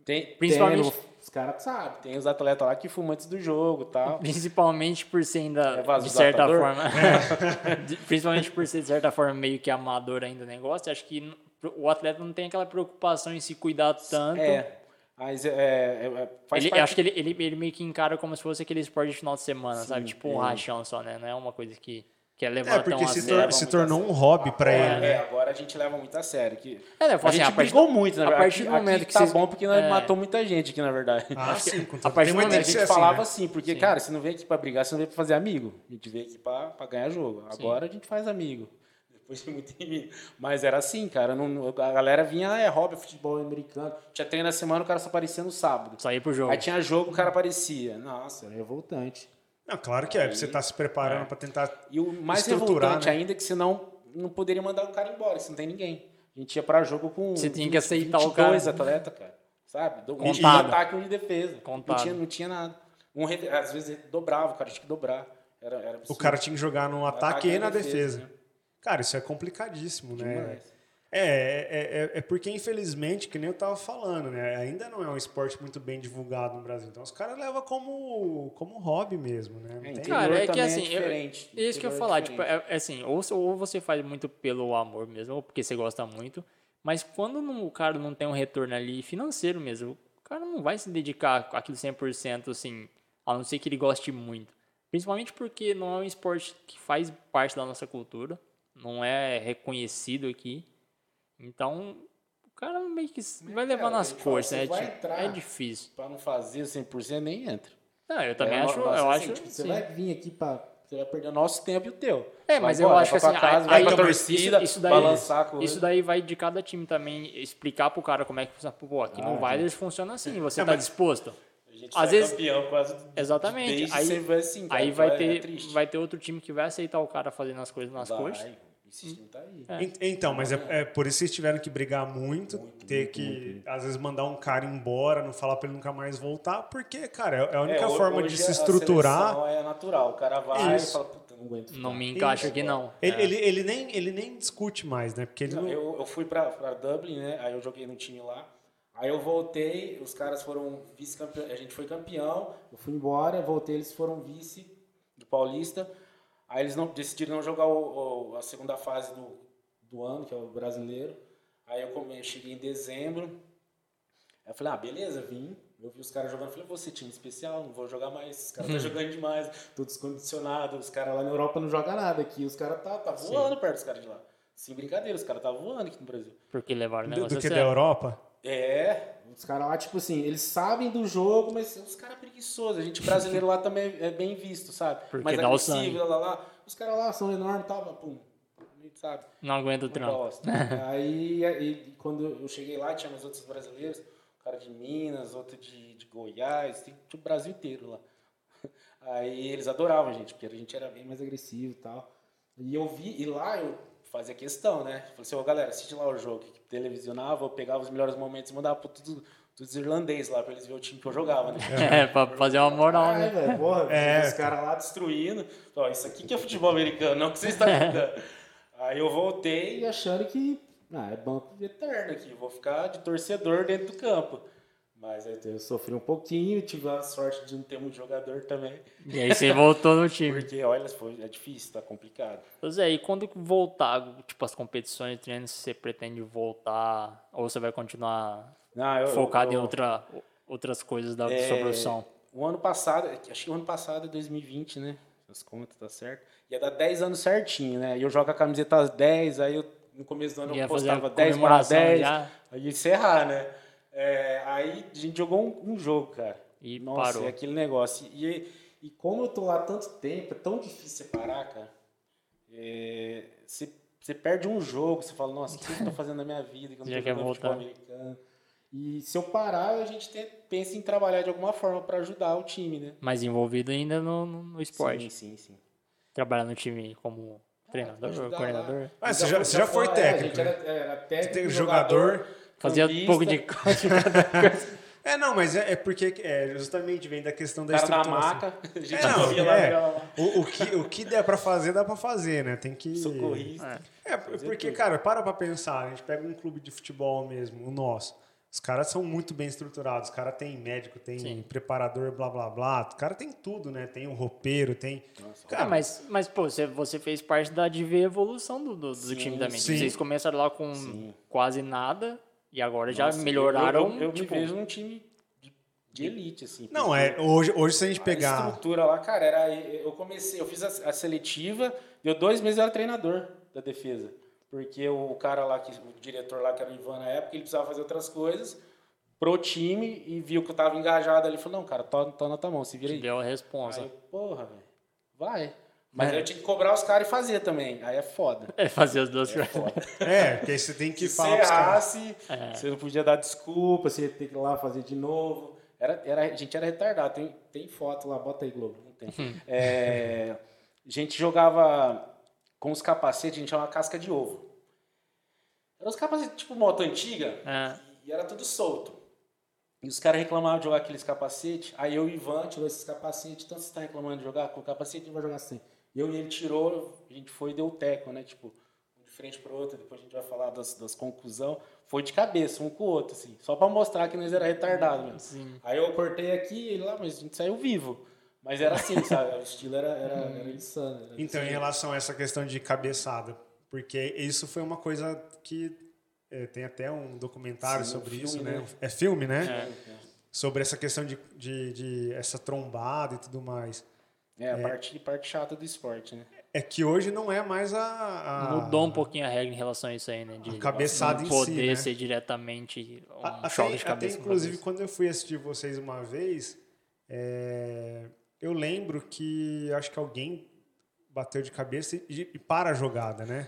Speaker 3: Tem,
Speaker 1: Principalmente-
Speaker 3: tem os- os caras sabem, tem os atletas lá que fumam antes do jogo e tal.
Speaker 1: Então, Principalmente por ser ainda,
Speaker 3: É vaso
Speaker 1: de certa
Speaker 3: dilatador?
Speaker 1: forma. [laughs] de- principalmente por ser, de certa forma, meio que amador ainda o negócio. Acho que n- o atleta não tem aquela preocupação em se cuidar tanto.
Speaker 3: É. Mas é, é, é, faz
Speaker 1: Ele-
Speaker 3: parte-
Speaker 1: Acho que ele, ele, ele meio que encara como se fosse aquele esporte de final de semana, sabe? Tipo um
Speaker 3: é.
Speaker 1: rachão só, né? Não é uma coisa que, que é
Speaker 2: É,
Speaker 1: levar até
Speaker 2: porque
Speaker 1: uma
Speaker 2: se,
Speaker 1: série.
Speaker 2: tor- se tornou
Speaker 1: assim.
Speaker 2: um hobby pra
Speaker 3: agora,
Speaker 2: ele, né?
Speaker 3: é, agora a gente leva muito a sério. Que
Speaker 1: É, né?
Speaker 3: a
Speaker 1: Assim,
Speaker 3: gente
Speaker 1: a partir-
Speaker 3: brigou muito, na
Speaker 1: a
Speaker 3: verdade.
Speaker 1: partir do momento
Speaker 3: aqui
Speaker 1: que
Speaker 3: tá
Speaker 1: vocês-
Speaker 3: bom porque nós
Speaker 1: é.
Speaker 3: matou muita gente aqui, na verdade.
Speaker 2: Ah, sim, com
Speaker 1: a partir
Speaker 2: tem
Speaker 1: do
Speaker 2: muito
Speaker 1: momento
Speaker 3: [laughs]
Speaker 1: que
Speaker 2: que
Speaker 3: a gente
Speaker 2: ser assim,
Speaker 3: falava
Speaker 2: né?
Speaker 3: assim, porque,
Speaker 1: Sim.
Speaker 3: cara, você não vem aqui pra brigar, você não vem pra fazer amigo. A gente veio aqui pra, pra ganhar jogo. Agora a gente faz amigo. [laughs] Depois de muito tempo. Mas era assim, cara. não- a galera vinha, é hobby, futebol americano. Tinha treino na semana, o cara só aparecia no sábado.
Speaker 1: Só ir pro jogo.
Speaker 3: Aí tinha jogo, o cara aparecia. Nossa, era revoltante.
Speaker 2: Não, claro que é, você tá se preparando pra tentar.
Speaker 3: E o mais
Speaker 2: Estruturar,
Speaker 3: revoltante
Speaker 2: né?
Speaker 3: ainda é que senão não poderia mandar o cara embora, se não tem ninguém. A gente ia pra jogo com
Speaker 1: Você tinha que aceitar o cara.
Speaker 3: dois atletas, cara. Sabe? Do- Um de
Speaker 1: Contado.
Speaker 3: ataque e um de defesa.
Speaker 1: Contado.
Speaker 3: Não tinha, não tinha nada. Um, re- às vezes dobrava, o cara tinha que dobrar. Era, era
Speaker 2: O
Speaker 3: absurdo.
Speaker 2: cara tinha que jogar no
Speaker 3: Ataque
Speaker 2: ataque
Speaker 3: e
Speaker 2: e na
Speaker 3: defesa,
Speaker 2: defesa.
Speaker 3: né?
Speaker 2: Cara, isso é complicadíssimo, né?
Speaker 3: Demais.
Speaker 2: É, é, é, é porque, infelizmente, que nem eu tava falando, né? Ainda não é um esporte muito bem divulgado no Brasil. Então os caras levam como, como hobby mesmo, né? Não
Speaker 3: É,
Speaker 2: tem-
Speaker 3: entendo.
Speaker 1: Cara, é que
Speaker 3: também é
Speaker 1: assim, eu-
Speaker 3: diferente.
Speaker 1: isso que eu ia
Speaker 3: Interior é
Speaker 1: falar, tipo,
Speaker 3: diferente.
Speaker 1: é, é assim, ou, se- ou você faz muito pelo amor mesmo, ou porque você gosta muito, mas quando não- o cara não tem um retorno ali financeiro mesmo, o cara não vai se dedicar àquilo 100%, assim, a não ser que ele goste muito. Principalmente porque não é um esporte que faz parte da nossa cultura, não é reconhecido aqui, então o cara meio que s-
Speaker 3: é
Speaker 1: vai levar
Speaker 3: cara,
Speaker 1: nas
Speaker 3: eu te falo,
Speaker 1: costas,
Speaker 3: você
Speaker 1: né?
Speaker 3: vai
Speaker 1: Tipo,
Speaker 3: entrar.
Speaker 1: é difícil.
Speaker 3: Pra não fazer 100% nem entra.
Speaker 1: Não, eu também
Speaker 3: É,
Speaker 1: acho,
Speaker 3: nossa,
Speaker 1: eu
Speaker 3: assim,
Speaker 1: acho,
Speaker 3: tipo, você
Speaker 1: sim.
Speaker 3: vai vir aqui pra. Você vai perder o nosso tempo e o teu.
Speaker 1: É,
Speaker 3: Vai
Speaker 1: mas eu
Speaker 3: embora,
Speaker 1: acho que
Speaker 3: vai pra
Speaker 1: assim,
Speaker 3: tua casa,
Speaker 1: aí-
Speaker 3: vai
Speaker 1: aí-
Speaker 3: pra
Speaker 2: então,
Speaker 3: torcida,
Speaker 1: isso- isso daí-
Speaker 3: balançar com
Speaker 1: Isso daí vai de cada time também explicar pro cara como é que funciona. Pô, aqui
Speaker 3: Ah,
Speaker 1: no Wilders funciona assim, você tá disposto?
Speaker 3: A gente
Speaker 1: Às
Speaker 3: sai
Speaker 1: vezes-
Speaker 3: campeão quase.
Speaker 1: Exatamente,
Speaker 3: Desde
Speaker 1: aí-
Speaker 3: sempre vai assim, cara,
Speaker 1: Aí vai
Speaker 3: é
Speaker 1: ter,
Speaker 3: triste.
Speaker 1: vai ter outro time que vai aceitar o cara fazendo as coisas nas
Speaker 3: Vai,
Speaker 1: costas.
Speaker 3: Esse time tá aí.
Speaker 2: Ent- Então, mas é, é por isso que eles tiveram que brigar muito, ter que, às vezes, mandar um cara embora, não falar pra ele nunca mais voltar, porque, cara, é a única
Speaker 3: ho-
Speaker 2: forma
Speaker 3: hoje
Speaker 2: de se
Speaker 3: a
Speaker 2: estruturar.
Speaker 3: seleção É natural. O cara vai
Speaker 2: Isso.
Speaker 3: e fala, puta, não aguento.
Speaker 1: Não
Speaker 3: ficar.
Speaker 1: me encaixa
Speaker 2: Isso.
Speaker 3: é.
Speaker 1: aqui, não.
Speaker 2: Ele, ele, ele nem, ele nem discute mais, né? Porque ele não.
Speaker 3: Não, eu, eu fui pra, pra Dublin, né? Aí eu joguei no time lá. Aí eu voltei, os caras foram vice-campeão. A gente foi campeão, eu fui embora, voltei, eles foram vice do Paulista. Aí eles não decidiram não jogar o- o- a segunda fase do, do ano, que é o brasileiro. Aí eu, come- eu cheguei em dezembro. Aí eu falei, ah, beleza, vim. Eu vi os caras jogando, eu falei, vou ser time especial, não vou jogar mais, os caras estão
Speaker 1: Uhum.
Speaker 3: jogando demais, tô descondicionado, os caras lá na Europa não jogam nada aqui, os caras tá, tá voando perto dos caras de lá. Sem brincadeira, os caras tá voando aqui no Brasil.
Speaker 1: Porque levaram o
Speaker 2: Do,
Speaker 1: negócio
Speaker 2: do
Speaker 1: a
Speaker 2: que da
Speaker 1: sério.
Speaker 2: Europa?
Speaker 3: É, os caras lá, tipo assim, eles sabem do jogo, mas os caras preguiçosos. A gente brasileiro lá também é bem visto, sabe?
Speaker 1: Porque
Speaker 3: mas
Speaker 1: dá o
Speaker 3: lá, lá, lá. Os caras lá são enormes, tá? mas, Pum, sabe?
Speaker 1: Não aguenta o
Speaker 3: Não
Speaker 1: trampo.
Speaker 3: gosto. Aí, aí, quando eu cheguei lá, tinha mais outros brasileiros, um cara de Minas, outro de, de Goiás, tem o Brasil inteiro lá. [laughs] Aí eles adoravam a gente, porque a gente era bem mais agressivo e tal. E eu vi, e lá eu fazia questão, né? Falei assim, ô galera, assiste lá o jogo, que televisionava, eu pegava os melhores momentos e mandava pra todos, todos os irlandeses lá, pra eles verem o time que eu jogava, né?
Speaker 1: [laughs] É, pra fazer uma moral,
Speaker 3: Ai,
Speaker 1: né?
Speaker 3: velho, porra,
Speaker 2: É.
Speaker 3: os caras lá destruindo. Ó, isso aqui que é futebol americano, não o que vocês
Speaker 1: É.
Speaker 3: estão jogando. Aí eu voltei e achando que ah, é banco eterno aqui, vou ficar de torcedor dentro do campo. Mas aí eu sofri um pouquinho, tive a sorte de não ter muito jogador também.
Speaker 1: E aí você voltou no
Speaker 3: [laughs]
Speaker 1: time.
Speaker 3: Porque, olha, foi, é difícil, tá complicado.
Speaker 1: Ô Zé, e quando voltar, tipo, as competições, treinos, você pretende voltar? Ou você vai continuar
Speaker 3: Não, Ah, eu-
Speaker 1: focado em
Speaker 3: eu-
Speaker 1: outra, outras coisas da
Speaker 3: É,
Speaker 1: sua profissão?
Speaker 3: O ano passado, acho que o ano passado é 2020, né? As contas, tá certo? Ia dar 10 anos certinho, né? E eu jogo a camiseta às 10, aí eu, no começo do ano eu
Speaker 1: Ia fazer
Speaker 3: postava
Speaker 1: a
Speaker 3: 10 para
Speaker 1: comemoração
Speaker 3: 10,
Speaker 1: já
Speaker 3: aí ia encerrar, né? É, aí a gente jogou um, um jogo, cara.
Speaker 1: e
Speaker 3: Nossa,
Speaker 1: parou.
Speaker 3: é aquele negócio. E, e como eu tô lá há tanto tempo, é tão difícil separar, cara. É, Você você perde um jogo, você fala, nossa, o que eu tô fazendo na minha vida? Que eu não
Speaker 1: [laughs] Já
Speaker 3: tô
Speaker 1: quer
Speaker 3: jogando futebol
Speaker 1: voltar.
Speaker 3: americano. E se eu parar, a gente tem- pensa em trabalhar de alguma forma pra ajudar o time, né?
Speaker 1: Mas envolvido ainda no, no- no esporte.
Speaker 3: Sim, sim, sim.
Speaker 1: Trabalhar no time como treinador,
Speaker 3: ajudar lá.
Speaker 1: coordenador.
Speaker 2: Ah, você já, você já foi
Speaker 3: é, a
Speaker 2: técnico. né?
Speaker 3: gente era, era
Speaker 2: Você
Speaker 3: técnico,
Speaker 2: tem jogador.
Speaker 1: Fazia um
Speaker 3: campista,
Speaker 1: pouco de...
Speaker 2: É, não, mas é, é porque é, justamente vem da questão da
Speaker 3: cara da
Speaker 2: estruturação.
Speaker 3: maca. [laughs] A gente
Speaker 2: É, não,
Speaker 3: corria lá,
Speaker 2: é.
Speaker 3: virava lá,
Speaker 2: O, o que, o que der pra fazer, dá pra fazer, né? Tem que.
Speaker 3: socorrista.
Speaker 1: É.
Speaker 2: É, porque, cara, para pra pensar. A gente pega um clube de futebol mesmo, o nosso. Os caras são muito bem estruturados. Os caras tem médico, tem
Speaker 1: Sim.
Speaker 2: preparador, blá, blá, blá. O cara tem tudo, né? Tem o roupeiro, tem...
Speaker 1: Ah, mas, mas pô, você, você fez parte da de ver a evolução do, do, do
Speaker 3: Sim,
Speaker 1: time também.
Speaker 2: sim.
Speaker 1: Vocês começaram lá com
Speaker 3: Sim.
Speaker 1: quase nada e agora já
Speaker 3: Nossa, eu-
Speaker 1: melhoraram.
Speaker 3: Eu, eu, eu
Speaker 1: tipo,
Speaker 3: me vejo num time de, de elite, assim.
Speaker 2: Não,
Speaker 3: porque
Speaker 2: é... Hoje, hoje se a gente
Speaker 3: A
Speaker 2: pegar...
Speaker 3: estrutura lá, cara, era. Eu comecei, eu fiz a, a seletiva, deu dois meses eu era treinador da defesa. Porque o cara lá, que, o diretor lá, que era o Ivan na época, ele precisava fazer outras coisas pro time e viu que eu tava engajado ali. Falou, não, cara, tá, tá na tua mão, se vira
Speaker 1: te
Speaker 3: aí.
Speaker 1: deu a
Speaker 3: Aí,
Speaker 1: responsa.
Speaker 3: eu, porra, velho, vai. Mas
Speaker 1: É.
Speaker 3: aí eu tinha que cobrar os caras e fazer também. Aí é foda.
Speaker 1: [laughs] É fazer as duas
Speaker 3: É
Speaker 1: coisas.
Speaker 3: [laughs] foda.
Speaker 2: É, porque aí você tem que
Speaker 3: se
Speaker 2: falar
Speaker 3: você
Speaker 2: pros caras.
Speaker 3: errasse,
Speaker 1: É.
Speaker 3: você não podia dar desculpa, você ia ter que ir lá fazer de novo. Era, era, a gente era retardado. Tem, tem foto lá, bota aí, Globo. Não tem. É, a gente jogava com os capacetes, a gente chamava casca de ovo. Era os capacetes tipo moto antiga,
Speaker 1: É.
Speaker 3: e era tudo solto. E os caras reclamavam de jogar aqueles capacetes. Aí eu e o Ivan tirou esses capacetes. Então você tá reclamando de jogar com capacete, não vai jogar sem. Eu e ele tirou, a gente foi e deu o teco, né? Tipo, um de frente pro outro, depois a gente vai falar das, das conclusão. Foi de cabeça, um com o outro, assim. Só pra mostrar que nós era retardado mesmo.
Speaker 1: Sim.
Speaker 3: Aí eu cortei aqui e ele lá, mas a gente saiu vivo. Mas era assim, sabe? O estilo era, era, era insano. era assim.
Speaker 2: Então, em
Speaker 3: insano.
Speaker 2: relação a essa questão de cabeçada, porque isso foi uma coisa que é, tem até um documentário
Speaker 3: Sim,
Speaker 2: sobre
Speaker 3: filme,
Speaker 2: isso, né?
Speaker 3: né?
Speaker 2: É filme, né?
Speaker 3: É.
Speaker 2: Sobre essa questão de, de, de essa trombada e tudo mais.
Speaker 3: É, a parte, parte chata do esporte, né?
Speaker 2: É que hoje não é mais a. a
Speaker 1: Mudou um pouquinho a regra em relação a isso aí, né? De
Speaker 2: A cabeçada
Speaker 1: não
Speaker 2: em si,
Speaker 1: poder
Speaker 2: né?
Speaker 1: ser diretamente um
Speaker 2: A-
Speaker 1: choque de
Speaker 2: até, até,
Speaker 1: cabeça. com
Speaker 2: inclusive,
Speaker 1: cabeça.
Speaker 2: quando eu fui assistir vocês uma vez, é, eu lembro que acho que alguém bateu de cabeça e, e para a jogada, né?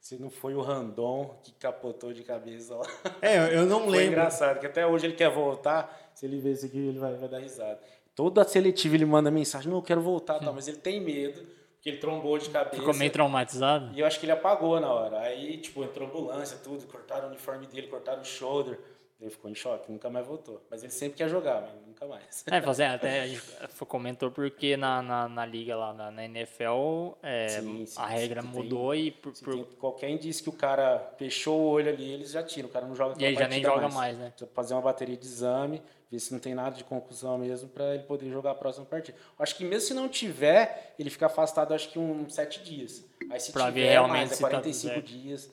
Speaker 3: Se não foi o Randon que capotou de cabeça lá. [laughs]
Speaker 2: É, eu não
Speaker 3: Foi
Speaker 2: lembro.
Speaker 3: engraçado, que até hoje ele quer voltar. Se ele ver isso aqui, ele vai, vai dar risada. Toda a seletiva ele manda mensagem, não, eu quero voltar, tá, mas ele tem medo, porque ele trombou de cabeça.
Speaker 1: Ficou meio traumatizado?
Speaker 3: E eu acho que ele apagou na hora. Aí, tipo, entrou ambulância, tudo, cortaram o uniforme dele, cortaram o shoulder. Ele ficou em choque, nunca mais voltou. Mas ele sempre quer jogar, mas
Speaker 1: [laughs]
Speaker 3: nunca mais.
Speaker 1: É, fazer, até a gente f- comentou porque na, na, na liga lá, na, na NFL, é,
Speaker 3: Sim, sim,
Speaker 1: a regra
Speaker 3: sim, tem-
Speaker 1: mudou e por-
Speaker 3: Se
Speaker 1: por-
Speaker 3: tem qualquer indício que o cara fechou o olho ali, eles já tiram. O cara não joga
Speaker 1: e
Speaker 3: aquela
Speaker 1: aí já nem
Speaker 3: partida
Speaker 1: joga mais, né?
Speaker 3: Precisa Então, fazer uma bateria de exame, ver se não tem nada de conclusão mesmo, para ele poder jogar a próxima partida. Acho que mesmo se não tiver, ele fica afastado acho que uns sete dias. Aí se
Speaker 1: Pra ver
Speaker 3: tiver
Speaker 1: realmente
Speaker 3: mais, é
Speaker 1: se tá
Speaker 3: 45
Speaker 1: tudo certo.
Speaker 3: dias.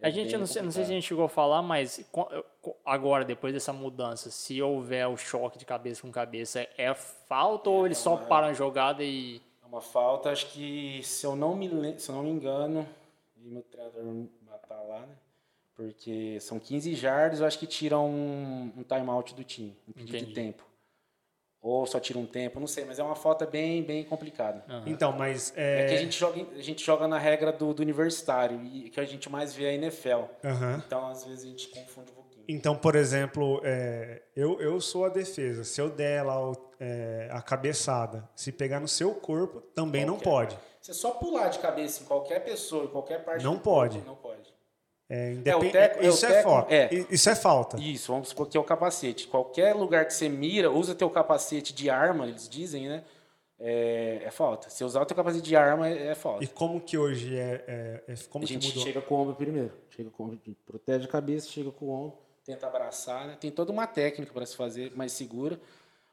Speaker 3: É
Speaker 1: A gente, eu não sei, não sei se a gente chegou a falar, mas co- co- agora, depois dessa mudança, se houver o choque de cabeça com cabeça, é falta ou eles só
Speaker 3: não é.
Speaker 1: param a jogada e.
Speaker 3: É uma falta, acho que se eu não me, le- se eu não me engano, e meu treinador me matar lá, né? Porque são 15 jardas, eu acho que tiram um, um timeout do time, um pedido
Speaker 1: Entendi.
Speaker 3: de tempo. Ou só tira um tempo, não sei, mas é uma falta bem, bem complicada.
Speaker 1: Aham.
Speaker 2: Então, mas.
Speaker 3: É,
Speaker 2: É,
Speaker 3: que a gente joga, em- a gente joga na regra do, do universitário, e que a gente mais vê é a NFL.
Speaker 2: aham.
Speaker 3: Então, às vezes, a gente confunde um pouquinho.
Speaker 2: Então, por exemplo, é, eu, eu sou a defesa. Se eu der lá o- é, a cabeçada, se pegar no seu corpo, também não
Speaker 3: Qualquer.
Speaker 2: pode.
Speaker 3: Você só pular de cabeça em qualquer pessoa, em qualquer parte
Speaker 2: Não
Speaker 3: do corpo,
Speaker 2: pode.
Speaker 3: Não pode.
Speaker 2: É, independ-
Speaker 3: o teco- é o
Speaker 2: isso é,
Speaker 3: teco-
Speaker 2: falta.
Speaker 3: é.
Speaker 2: I- Isso é falta.
Speaker 3: Isso, vamos supor que é o capacete. Qualquer lugar que você mira, usa teu capacete de arma, eles dizem, né? É, é falta. Se usar o teu capacete de arma, é, é falta.
Speaker 2: E como que hoje é. é- é- como
Speaker 3: a gente
Speaker 2: que mudou?
Speaker 3: chega com o ombro primeiro. Chega com o ombro, protege a cabeça, chega com o ombro, tenta abraçar, né? Tem toda uma técnica para se fazer mais segura.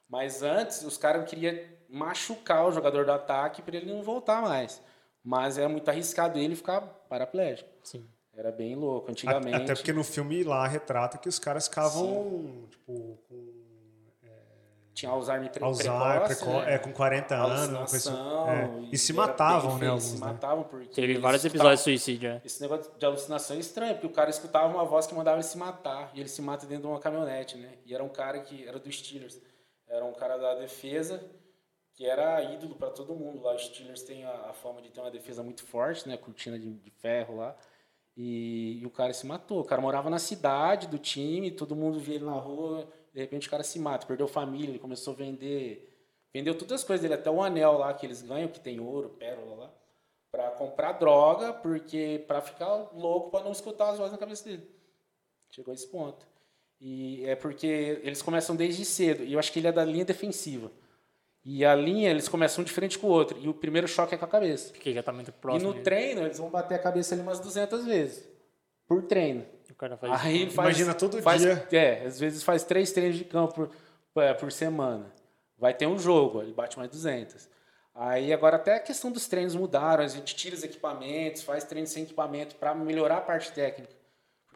Speaker 3: Mas antes, os caras queriam machucar o jogador do ataque para ele não voltar mais. Mas era muito arriscado ele ficar paraplégico.
Speaker 1: Sim.
Speaker 3: Era bem louco.
Speaker 2: A-
Speaker 3: Antigamente.
Speaker 2: Até porque no filme lá retrata que os caras cavam, tipo, com
Speaker 3: Tinha Alzheimer, pre
Speaker 2: Alzheimer,
Speaker 3: precoce,
Speaker 2: preco-
Speaker 3: né?
Speaker 2: é, com 40 anos, uma coisa assim.
Speaker 3: Alucinação,
Speaker 2: É. E se
Speaker 3: era
Speaker 2: matavam,
Speaker 3: bem
Speaker 2: né?
Speaker 3: feio,
Speaker 2: Alguns,
Speaker 3: Se
Speaker 2: né?
Speaker 3: matavam porque.
Speaker 1: Teve
Speaker 3: eles tá
Speaker 1: vários
Speaker 3: escutavam-
Speaker 1: episódios de suicídio, né?
Speaker 3: Esse negócio de alucinação é estranho, porque o cara escutava uma voz que mandava ele se matar. E ele se mata dentro de uma caminhonete, né? E era um cara que era do Steelers. Era um cara da defesa que era ídolo para todo mundo lá. Os Steelers têm a, a fama de ter uma defesa muito forte, né? Cortina de, de ferro lá. E, e o cara se matou. O cara morava na cidade do time, todo mundo via ele na rua. De repente o cara se mata, perdeu família, ele começou a vender. Vendeu todas as coisas dele, até o anel lá que eles ganham, que tem ouro, pérola lá, para comprar droga, porque para ficar louco, para não escutar as vozes na cabeça dele. Chegou a esse ponto. E é porque eles começam desde cedo, e eu acho que ele é da linha defensiva. E a linha, eles começam um de frente com o outro, e o primeiro choque é com a cabeça.
Speaker 1: Porque já tá muito
Speaker 3: E
Speaker 1: próximo.
Speaker 3: no
Speaker 1: né?
Speaker 3: treino, eles vão bater a cabeça ali umas 200 vezes. Por treino.
Speaker 1: O cara faz isso.
Speaker 3: Aí faz,
Speaker 2: Imagina todo
Speaker 3: faz-
Speaker 2: dia.
Speaker 3: É, às vezes faz três treinos de campo por, é, por semana. Vai ter um jogo, ele bate mais 200. Aí agora até a questão dos treinos mudaram. A gente tira os equipamentos, faz treino sem equipamento para melhorar a parte técnica.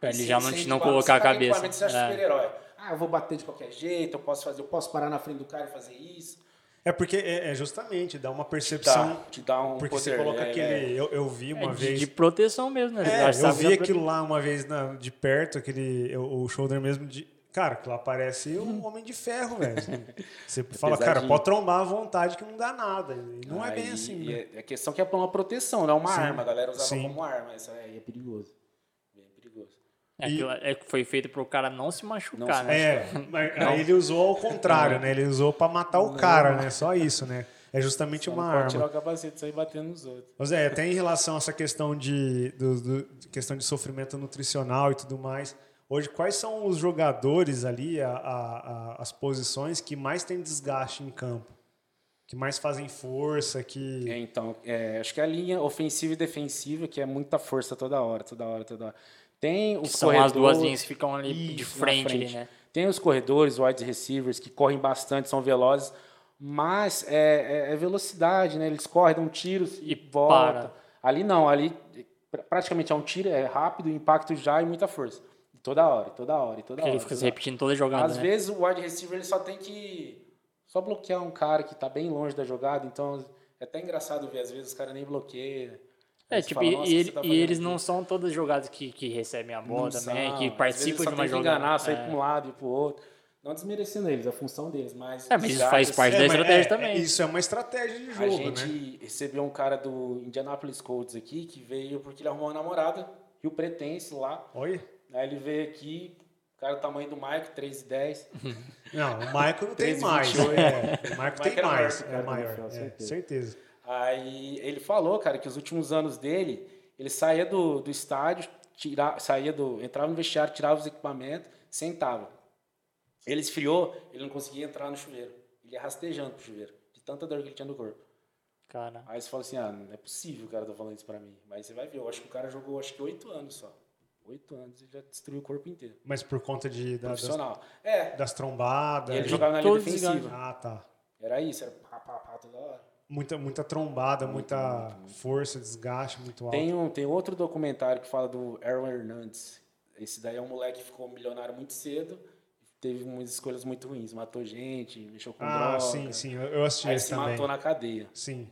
Speaker 1: Pra ele
Speaker 3: Porque
Speaker 1: já
Speaker 3: se-
Speaker 1: não,
Speaker 3: sem
Speaker 1: te- não
Speaker 3: equipa-
Speaker 1: colocar a
Speaker 3: se tá com equipamento,
Speaker 1: cabeça.
Speaker 3: Você acha
Speaker 1: É.
Speaker 3: super-herói. Ah, eu vou bater de qualquer jeito, eu posso fazer, eu posso parar na frente do cara e fazer isso.
Speaker 2: É porque é, é justamente, dá uma percepção.
Speaker 3: Tá, te dá um
Speaker 2: porque
Speaker 3: poder.
Speaker 2: você coloca
Speaker 3: é,
Speaker 2: aquele.
Speaker 3: é.
Speaker 2: Eu, eu vi uma
Speaker 1: É de,
Speaker 2: vez.
Speaker 1: de proteção mesmo, né?
Speaker 2: É,
Speaker 1: Já
Speaker 2: eu
Speaker 1: sabe
Speaker 2: vi
Speaker 1: da
Speaker 2: aquilo lá uma vez na- de perto, aquele eu- o shoulder mesmo de. Cara, que lá parece
Speaker 1: [laughs]
Speaker 2: um homem de ferro, velho. assim.
Speaker 3: [laughs]
Speaker 2: Você fala, cara,
Speaker 3: Pesadinho.
Speaker 2: pode trombar à vontade que não dá nada. E não é
Speaker 3: Aí,
Speaker 2: bem assim,
Speaker 3: e [laughs]
Speaker 2: né?
Speaker 3: é- É questão que é pra uma proteção, não é uma
Speaker 2: Sim,
Speaker 3: arma. A galera usava
Speaker 2: sim.
Speaker 3: como arma. Isso aí é perigoso. Bem perigoso.
Speaker 1: É, aquilo é que foi feito pro cara não se machucar,
Speaker 3: Não se
Speaker 1: né?
Speaker 2: É, mas aí ele usou ao contrário, né? Ele usou pra matar o cara, né? Só isso, né? É justamente
Speaker 3: Só
Speaker 2: uma
Speaker 3: não pode tirar
Speaker 2: arma.
Speaker 3: o capacete e sair batendo nos outros.
Speaker 2: Ô Zé, é, até em relação a essa questão de, do- do- de questão de sofrimento nutricional e tudo mais, hoje quais são os jogadores ali, a- a- a- as posições que mais têm desgaste em campo? Que mais fazem força, que...
Speaker 3: É, então, é, acho que a linha ofensiva e defensiva, que é muita força toda hora, toda hora, toda hora. Tem os
Speaker 1: Que são as duas
Speaker 3: corredores-
Speaker 1: linhas que ficam ali de
Speaker 3: Isso, na
Speaker 1: frente, ali, né?
Speaker 3: Tem os corredores, wide receivers, que correm bastante, são velozes, mas é, é- é velocidade, né? Eles correm, dão tiros e,
Speaker 1: E
Speaker 3: volta.
Speaker 1: para.
Speaker 3: Ali não, ali pra- praticamente é um tiro, é rápido, impacto já e muita força. E toda hora, e toda hora, e
Speaker 1: Porque
Speaker 3: toda hora.
Speaker 1: ele fica
Speaker 3: toda
Speaker 1: se
Speaker 3: hora.
Speaker 1: repetindo toda jogada,
Speaker 3: Às
Speaker 1: né?
Speaker 3: vezes o wide receiver ele só tem que só bloquear um cara que tá bem longe da jogada, então é até engraçado ver, às vezes os caras nem bloqueiam.
Speaker 1: É,
Speaker 3: Aí você
Speaker 1: tipo,
Speaker 3: fala,
Speaker 1: e,
Speaker 3: "Nossa, o
Speaker 1: e
Speaker 3: que
Speaker 1: ele-
Speaker 3: você tá
Speaker 1: e
Speaker 3: fazendo
Speaker 1: eles
Speaker 3: aqui?"
Speaker 1: não são todas jogadas que, que recebem a bola
Speaker 3: Não
Speaker 1: também,
Speaker 3: são.
Speaker 1: é que
Speaker 3: Às vezes
Speaker 1: participam
Speaker 3: só
Speaker 1: de uma
Speaker 3: tem que
Speaker 1: jogada.
Speaker 3: enganar, sair
Speaker 1: é.
Speaker 3: para um lado e pro outro. Não desmerecendo eles, é a função deles, mas.
Speaker 1: É, mas isso
Speaker 3: já é
Speaker 1: faz
Speaker 3: que
Speaker 1: parte
Speaker 3: assim,
Speaker 1: da estratégia
Speaker 2: mas
Speaker 1: também.
Speaker 2: Isso é uma estratégia de
Speaker 3: A
Speaker 2: jogo,
Speaker 3: gente
Speaker 2: né?
Speaker 3: recebeu um cara do Indianapolis Colts aqui que veio porque ele arrumou uma namorada, Rio Pretense lá.
Speaker 2: Olha,
Speaker 3: Aí ele veio aqui, o cara do tamanho do Mike, 3,10.
Speaker 2: não, o Michael não tem
Speaker 3: 13,
Speaker 2: mais. É,
Speaker 3: 28.
Speaker 2: o Michael
Speaker 3: O Michael
Speaker 2: tem
Speaker 3: é maior
Speaker 2: mais,
Speaker 3: que o
Speaker 2: é
Speaker 3: cara do
Speaker 2: maior,
Speaker 3: NFL,
Speaker 2: é,
Speaker 3: certeza.
Speaker 2: certeza.
Speaker 3: Aí ele falou, cara, que os últimos anos dele, ele saía do, do estádio, tira, saía do, entrava no vestiário, tirava os equipamentos, sentava. Ele esfriou, ele não conseguia entrar no chuveiro. Ele ia rastejando pro chuveiro, de tanta dor que ele tinha no corpo.
Speaker 1: Cara,
Speaker 3: Aí você fala assim, ah, não é possível o cara tá falando isso pra mim. Mas você vai ver, eu acho que o cara jogou acho que oito anos só. Oito anos, ele já destruiu o corpo inteiro.
Speaker 2: Mas por conta de, da- das,
Speaker 3: Profissional. É,
Speaker 2: das trombadas...
Speaker 3: e ele
Speaker 2: de-
Speaker 3: jogava na linha
Speaker 1: todos
Speaker 3: defensiva.
Speaker 2: Ah, tá.
Speaker 3: Era isso, era pá, pá, pá toda hora.
Speaker 2: muita, muita trombada,
Speaker 3: Muito,
Speaker 2: muita
Speaker 3: muito, muito.
Speaker 2: força, desgaste muito alto.
Speaker 3: Tem, um, tem outro documentário que fala do Aaron Hernandes. Esse daí é um moleque que ficou milionário muito cedo, teve umas escolhas muito ruins, matou gente, mexeu com
Speaker 2: ah,
Speaker 3: droga.
Speaker 2: sim, sim, eu- eu assisti
Speaker 3: um né? Aí
Speaker 2: esse
Speaker 3: se
Speaker 2: também.
Speaker 3: matou na cadeia.
Speaker 2: Sim.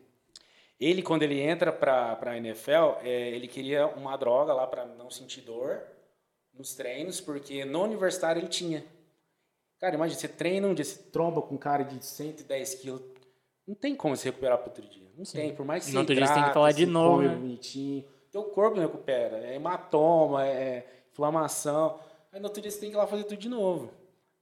Speaker 3: Ele, quando ele entra pra, pra NFL, é, ele queria uma droga lá pra não sentir dor nos treinos, porque no universitário ele tinha. Cara, imagina, você treina um dia, você tromba com um cara de 110 quilos. Não tem como se recuperar pro outro dia. Não
Speaker 1: Sim.
Speaker 3: tem, por mais que
Speaker 1: E
Speaker 3: você
Speaker 1: no outro dia você tem que
Speaker 3: hidrata,
Speaker 1: falar de
Speaker 3: você
Speaker 1: novo,
Speaker 3: come
Speaker 1: né?
Speaker 3: bonitinho. Teu corpo não recupera. É hematoma, é inflamação. Aí no outro dia você tem que ir lá fazer tudo de novo.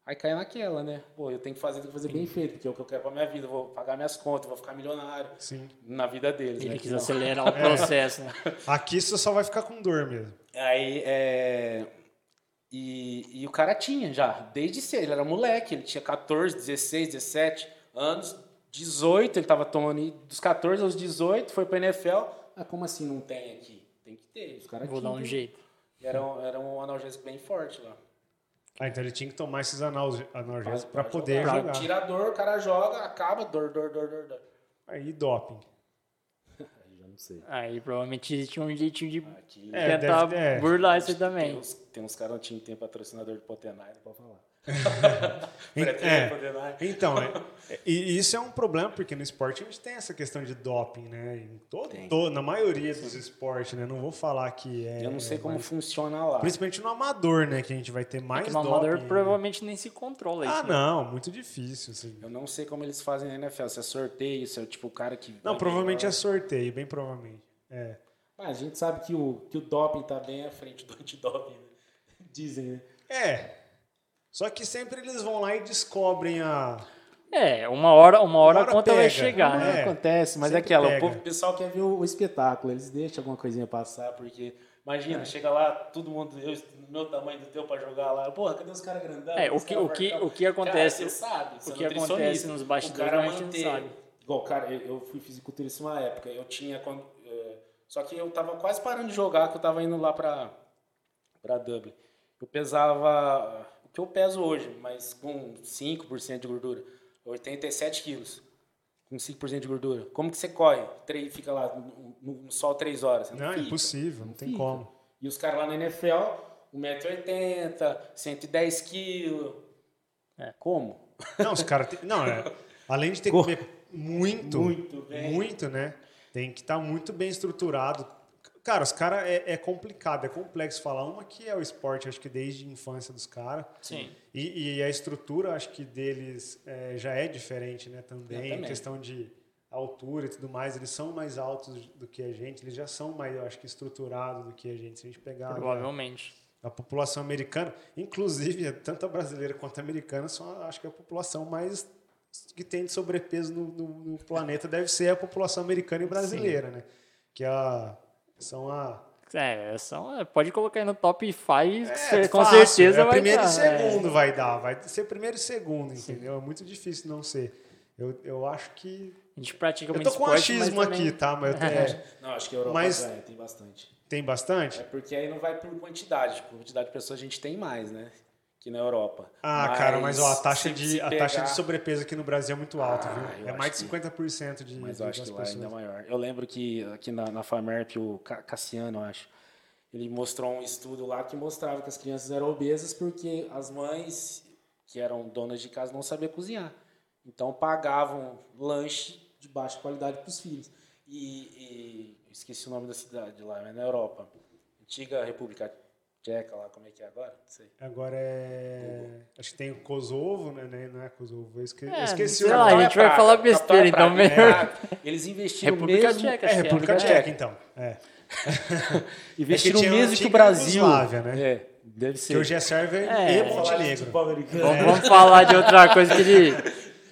Speaker 3: Aí cai naquela, né? Pô, eu tenho que fazer, tenho que fazer bem feito, porque é o que eu quero pra minha vida. Eu vou pagar minhas contas, vou ficar milionário
Speaker 2: Sim.
Speaker 3: na vida deles. né?
Speaker 1: Ele quis
Speaker 3: Não. [laughs]
Speaker 1: acelerar o processo, né?
Speaker 2: Aqui você só vai ficar com dor mesmo.
Speaker 3: Aí, é... E, e o cara tinha já, desde cedo, ele era moleque, ele tinha 14, 16, 17 anos, 18 ele tava tomando, e dos 14 aos 18 foi pra NFL, ah, como assim não tem aqui? Tem que ter, os caras
Speaker 1: Vou dar
Speaker 3: tinham.
Speaker 1: um jeito.
Speaker 3: E Era um, era um analgésico bem forte lá.
Speaker 2: Ah, então ele tinha que tomar esses analg- analgésicos para
Speaker 3: Pra
Speaker 2: poder
Speaker 3: jogar.
Speaker 2: jogar.
Speaker 3: Tira a dor, o cara joga, acaba, dor, dor, dor, dor, dor.
Speaker 2: Aí doping.
Speaker 3: Aí já não sei.
Speaker 1: Aí provavelmente tinha um jeitinho de
Speaker 3: Aqui
Speaker 2: É,
Speaker 1: tentar
Speaker 2: deve- é.
Speaker 1: burlar isso aí
Speaker 3: tem
Speaker 1: também.
Speaker 3: uns, tem uns caras que tem patrocinador de Potenai, não pode
Speaker 2: [laughs]
Speaker 3: falar.
Speaker 2: Em-
Speaker 3: Pretende
Speaker 2: é.
Speaker 3: Potenai.
Speaker 2: Então,
Speaker 3: [laughs]
Speaker 2: é, e isso é um problema, porque no esporte a gente tem essa questão de doping, né? Em todo,
Speaker 3: Tem.
Speaker 2: todo- na maioria dos esportes, né? Não vou falar que é.
Speaker 3: Eu não sei É como
Speaker 2: mas-
Speaker 3: funciona lá.
Speaker 2: Principalmente no amador, né? Que a gente vai ter mais
Speaker 1: Porque o
Speaker 2: doping.
Speaker 1: amador
Speaker 2: né?
Speaker 1: provavelmente nem se controla isso.
Speaker 2: Ah,
Speaker 1: né?
Speaker 2: não, muito difícil. assim.
Speaker 3: Eu não sei como eles fazem na NFL, se é sorteio, se é tipo o cara que.
Speaker 2: Não, provavelmente é sorteio, bem provavelmente. É.
Speaker 3: Mas Ah, a gente sabe que o, que o doping tá bem à frente do antidoping, né? [laughs] Dizem, né?
Speaker 2: É. Só que sempre eles vão lá e descobrem a.
Speaker 1: É, uma hora, uma hora,
Speaker 2: hora
Speaker 1: a conta vai
Speaker 2: pega.
Speaker 1: chegar,
Speaker 2: Uma
Speaker 1: né?
Speaker 2: É,
Speaker 3: acontece, mas é
Speaker 2: sempre
Speaker 3: aquela. O,
Speaker 2: pega.
Speaker 3: povo- o pessoal quer ver o, o espetáculo, eles deixam alguma coisinha passar, porque.
Speaker 1: É.
Speaker 3: Imagina, chega lá, todo mundo, eu, do meu tamanho do teu, pra jogar lá. Porra, cadê os caras grandão?
Speaker 1: É, o
Speaker 3: Os
Speaker 1: que,
Speaker 3: caras
Speaker 1: o que,
Speaker 3: marcão.
Speaker 1: o que
Speaker 3: Cara,
Speaker 1: acontece.
Speaker 3: você sabe, você
Speaker 1: o
Speaker 3: é
Speaker 1: que acontece
Speaker 3: nutricionista.
Speaker 1: nos
Speaker 3: o
Speaker 1: bastidores
Speaker 3: cara
Speaker 1: a gente não
Speaker 3: manteve.
Speaker 1: sabe.
Speaker 3: Igual, cara, eu, eu fui fisiculturista uma época, eu tinha. quando- é, só que eu tava quase parando de jogar, que eu tava indo lá pra, pra Dublin. Eu pesava o que eu peso hoje, mas com 5% de gordura, 87 quilos. Com 5% de gordura. Como que você corre? Tre- Fica lá no, no- no sol 3 horas. Você
Speaker 2: Não, é
Speaker 3: fica.
Speaker 2: impossível, não tem
Speaker 3: fica.
Speaker 2: como.
Speaker 3: E os caras lá na NFL, 1,80m, 110kg.
Speaker 1: É.
Speaker 3: Como?
Speaker 2: Não, os caras. têm- Não, é. Além de ter que
Speaker 3: Cor-
Speaker 2: comer muito,
Speaker 3: Muito bem.
Speaker 2: muito, né? Tem que estar muito bem estruturado. Cara, os caras é, é complicado, é complexo falar. Uma que é o esporte, acho que desde a infância dos caras.
Speaker 1: Sim.
Speaker 2: E, e a estrutura, acho que deles é, já é diferente, né? Também,
Speaker 3: Exatamente.
Speaker 2: questão de altura e tudo mais. Eles são mais altos do que a gente, eles já são mais, eu acho que, estruturados do que a gente. Se a gente pegar a,
Speaker 1: Provavelmente.
Speaker 2: a população americana, inclusive, [laughs] tanto a brasileira quanto a americana, são, acho que, a população mais que tem de sobrepeso no, no- no planeta deve ser a população americana e brasileira, né? Que a, são a.
Speaker 1: É, são, é, pode colocar aí no top 5,
Speaker 2: É,
Speaker 1: com
Speaker 2: fácil,
Speaker 1: certeza
Speaker 2: é
Speaker 1: vai
Speaker 2: primeiro
Speaker 1: dar.
Speaker 2: e
Speaker 1: é.
Speaker 2: segundo vai dar, vai ser primeiro e segundo, entendeu? É muito difícil não ser. Eu, eu acho que
Speaker 1: A gente pratica
Speaker 2: eu
Speaker 1: muito
Speaker 2: tô com um
Speaker 1: esporte,
Speaker 2: achismo
Speaker 1: mas
Speaker 2: aqui,
Speaker 1: também-
Speaker 2: tá? Mas eu tô- é,
Speaker 3: Não, acho que a Europa
Speaker 2: Mas-
Speaker 3: ganha, tem bastante.
Speaker 2: tem bastante.
Speaker 3: É porque aí não vai por quantidade. Por quantidade de pessoas a gente tem mais, né? Que na Europa.
Speaker 2: Ah, cara, mas ó, a taxa
Speaker 3: se-
Speaker 2: de
Speaker 3: se
Speaker 2: a taxa
Speaker 3: pegar-
Speaker 2: de sobrepeso aqui no Brasil é muito alta,
Speaker 3: Ah,
Speaker 2: viu?
Speaker 3: eu
Speaker 2: É
Speaker 3: acho
Speaker 2: mais de
Speaker 3: que-
Speaker 2: 50% de
Speaker 3: Mas eu acho
Speaker 2: das
Speaker 3: que lá
Speaker 2: pessoas.
Speaker 3: ainda é maior. Eu lembro que aqui na, na FAMERP, o Ca- Cassiano, eu acho, ele mostrou um estudo lá que mostrava que as crianças eram obesas porque as mães, que eram donas de casa, não sabiam cozinhar. Então pagavam lanche de baixa qualidade para os filhos. E, e- esqueci o nome da cidade lá, mas na Europa. Antiga República Tcheca, lá, como é que é agora? Não sei.
Speaker 2: Agora é acho que tem o Kosovo, né, né? Não é Kosovo, eu esque- eu
Speaker 1: É,
Speaker 2: esqueci
Speaker 1: sei
Speaker 2: o
Speaker 1: lá,
Speaker 2: nome.
Speaker 1: a gente vai
Speaker 3: Praga,
Speaker 1: falar
Speaker 3: capital é
Speaker 1: besteira, então
Speaker 3: Praga,
Speaker 1: melhor.
Speaker 3: Praga. Eles investiram
Speaker 1: República
Speaker 3: mesmo...
Speaker 1: Tcheca,
Speaker 2: É
Speaker 1: acho que
Speaker 2: República
Speaker 1: agora.
Speaker 2: Tcheca, então. É.
Speaker 3: Investiram
Speaker 2: tinha um
Speaker 3: o mesmo que
Speaker 2: antiga
Speaker 3: o Brasil.
Speaker 2: Iugoslávia, né?
Speaker 3: É, deve ser.
Speaker 2: Que hoje é Sérvia
Speaker 1: É.
Speaker 2: e Montenegro.
Speaker 3: tipo,
Speaker 1: Vamos,
Speaker 2: É.
Speaker 1: vamos falar de outra coisa que ele.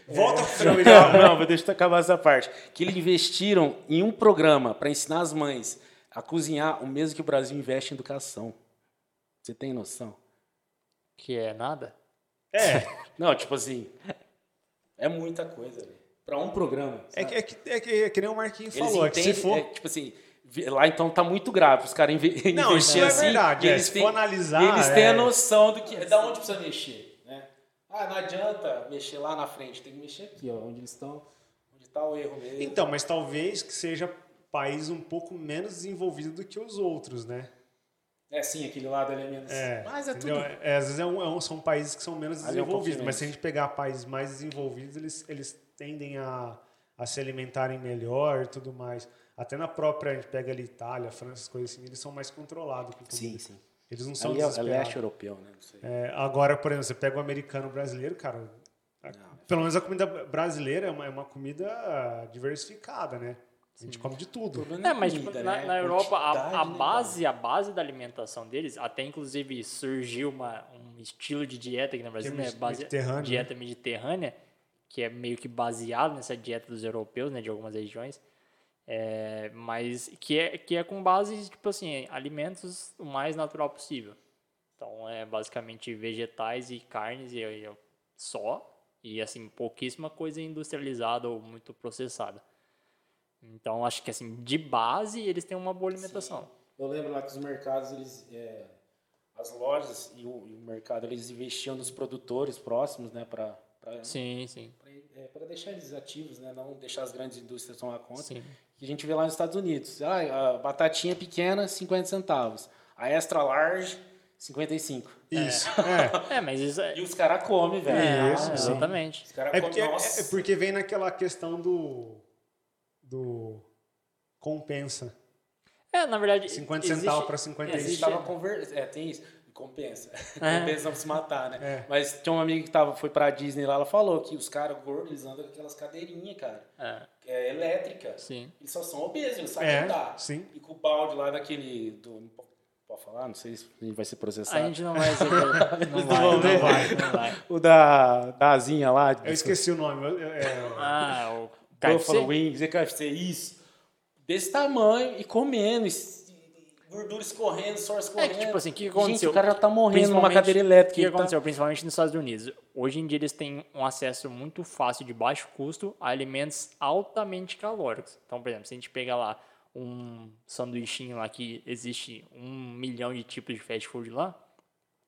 Speaker 2: Volta pro final.
Speaker 3: Não, não, vou- deixa eu acabar essa parte. Que eles investiram em um programa para ensinar as mães a cozinhar o mesmo que o Brasil investe em educação. Você tem noção?
Speaker 1: Que é nada?
Speaker 2: É,
Speaker 3: Não, tipo assim, é muita coisa, velho. Para um programa.
Speaker 2: é,
Speaker 3: sabe?
Speaker 2: que- é, que, é, que, é que nem o Marquinhos
Speaker 3: Eles
Speaker 2: falou, é que
Speaker 3: entendem,
Speaker 2: se for...
Speaker 3: é, tipo assim, vi- lá então tá muito grave, os caras inve
Speaker 2: Não, isso
Speaker 3: investir
Speaker 2: é
Speaker 3: assim,
Speaker 2: verdade,
Speaker 3: e
Speaker 2: é,
Speaker 3: eles
Speaker 2: se
Speaker 3: têm-
Speaker 2: for analisar,
Speaker 1: Ah,
Speaker 3: Eles têm
Speaker 2: é.
Speaker 3: a noção do que, da onde precisa mexer, né? Ah, não adianta mexer lá na frente, tem que mexer aqui, ó, onde eles estão, onde de tal erro mesmo.
Speaker 2: Então, mas talvez que seja país um pouco menos desenvolvido do que os outros, né?
Speaker 3: É sim, aquele lado ali é menos.
Speaker 2: É,
Speaker 3: mas é
Speaker 2: entendeu?
Speaker 3: tudo.
Speaker 2: É, às vezes é um- é um- são países que são menos
Speaker 3: Ali é um pouquinho
Speaker 2: desenvolvidos, mas se a
Speaker 3: menos.
Speaker 2: gente pegar países mais desenvolvidos, eles, eles tendem a, a se alimentarem melhor e tudo mais. Até na própria, a gente pega ali Itália, França, as coisas assim, eles são mais controlados. com comida.
Speaker 3: sim.
Speaker 2: Eles não são
Speaker 3: Ali é, ali é
Speaker 2: desesperados.
Speaker 3: leste europeu, né? Não sei.
Speaker 2: É, agora, por exemplo, você pega o americano brasileiro, cara. a-
Speaker 3: Não, é
Speaker 2: pelo menos a comida brasileira é uma, é uma comida ah, diversificada, né? A gente come de tudo.
Speaker 3: problema
Speaker 1: É, mas
Speaker 3: comida,
Speaker 1: tipo, na,
Speaker 3: né?
Speaker 1: na Europa,
Speaker 3: Quantidade,
Speaker 1: a, a
Speaker 3: né,
Speaker 1: base, a base da alimentação deles, até inclusive surgiu uma, um estilo de dieta que no Brasil
Speaker 2: Que é
Speaker 1: né, base,
Speaker 2: mediterrâneo,
Speaker 1: dieta mediterrânea, que é meio que baseado nessa dieta dos europeus, né, de algumas regiões, é, mas que é, que é com base, tipo assim, alimentos o mais natural possível. Então, é basicamente vegetais e carnes e, e só, e assim, pouquíssima coisa industrializada ou muito processada. Então, acho que assim, de base, eles têm uma boa
Speaker 2: né?
Speaker 1: alimentação.
Speaker 3: Eu lembro lá que os mercados, eles, é, as lojas e o, e o mercado, eles investiam nos produtores próximos, né, para
Speaker 1: Sim, sim.
Speaker 3: para deixar eles ativos, né, não deixar as grandes indústrias tomar conta.
Speaker 1: sim.
Speaker 3: Que a gente vê lá nos Estados Unidos, ah, a batatinha pequena, 50 centavos, a extra large, 55.
Speaker 1: [laughs]
Speaker 2: Isso. É.
Speaker 1: É, mas isso é.
Speaker 3: E os caras comem, velho. Ah,
Speaker 1: é,
Speaker 2: Isso, sim.
Speaker 1: exatamente.
Speaker 3: Os caras
Speaker 2: É, porque,
Speaker 3: comem,
Speaker 2: é,
Speaker 3: nossa.
Speaker 2: é porque vem naquela questão do. do. compensa.
Speaker 1: É, na verdade.
Speaker 2: 50
Speaker 1: existe-
Speaker 2: centavos para
Speaker 3: É, a gente
Speaker 2: 55.
Speaker 1: existe-
Speaker 3: tava conversando. É, tem isso. Compensa. [laughs]
Speaker 1: É.
Speaker 3: Compensa pra se matar, né?
Speaker 2: É.
Speaker 3: Mas tinha uma amiga que tava, foi pra Disney lá, ela falou que os caras gordos, eles andam com aquelas cadeirinhas, cara.
Speaker 1: É,
Speaker 3: É elétrica.
Speaker 1: sim.
Speaker 3: Eles só são obesos, eles sabem
Speaker 2: É,
Speaker 3: andar.
Speaker 2: sim.
Speaker 3: E com o balde lá daquele. Do, não po- pode falar? Não sei se a gente vai ser
Speaker 1: A
Speaker 3: processado.
Speaker 1: gente não vai.
Speaker 3: [laughs]
Speaker 1: dizer- Não vai,
Speaker 3: vão
Speaker 1: não
Speaker 3: ver.
Speaker 1: vai,
Speaker 3: [laughs]
Speaker 1: não vai.
Speaker 3: O da, da asinha lá.
Speaker 2: Eu esqueci o nome. eu- eu- é,
Speaker 1: Ah, o
Speaker 3: Buffalo
Speaker 1: KFC?
Speaker 3: Wings, KFC, isso. Desse tamanho e comendo. e- e- Gordura escorrendo, suor
Speaker 1: É
Speaker 3: escorrendo.
Speaker 1: que, tipo assim, o que
Speaker 3: Gente,
Speaker 1: aconteceu?
Speaker 3: o cara já tá morrendo numa
Speaker 1: Principalmente-
Speaker 3: cadeira elétrica.
Speaker 1: O que
Speaker 3: ele tá-
Speaker 1: aconteceu, principalmente nos Estados Unidos? Hoje em dia eles têm um acesso muito fácil, de baixo custo, a alimentos altamente calóricos. Então, por exemplo, se a gente pega lá um sanduichinho lá que existe um milhão de tipos de fast food lá,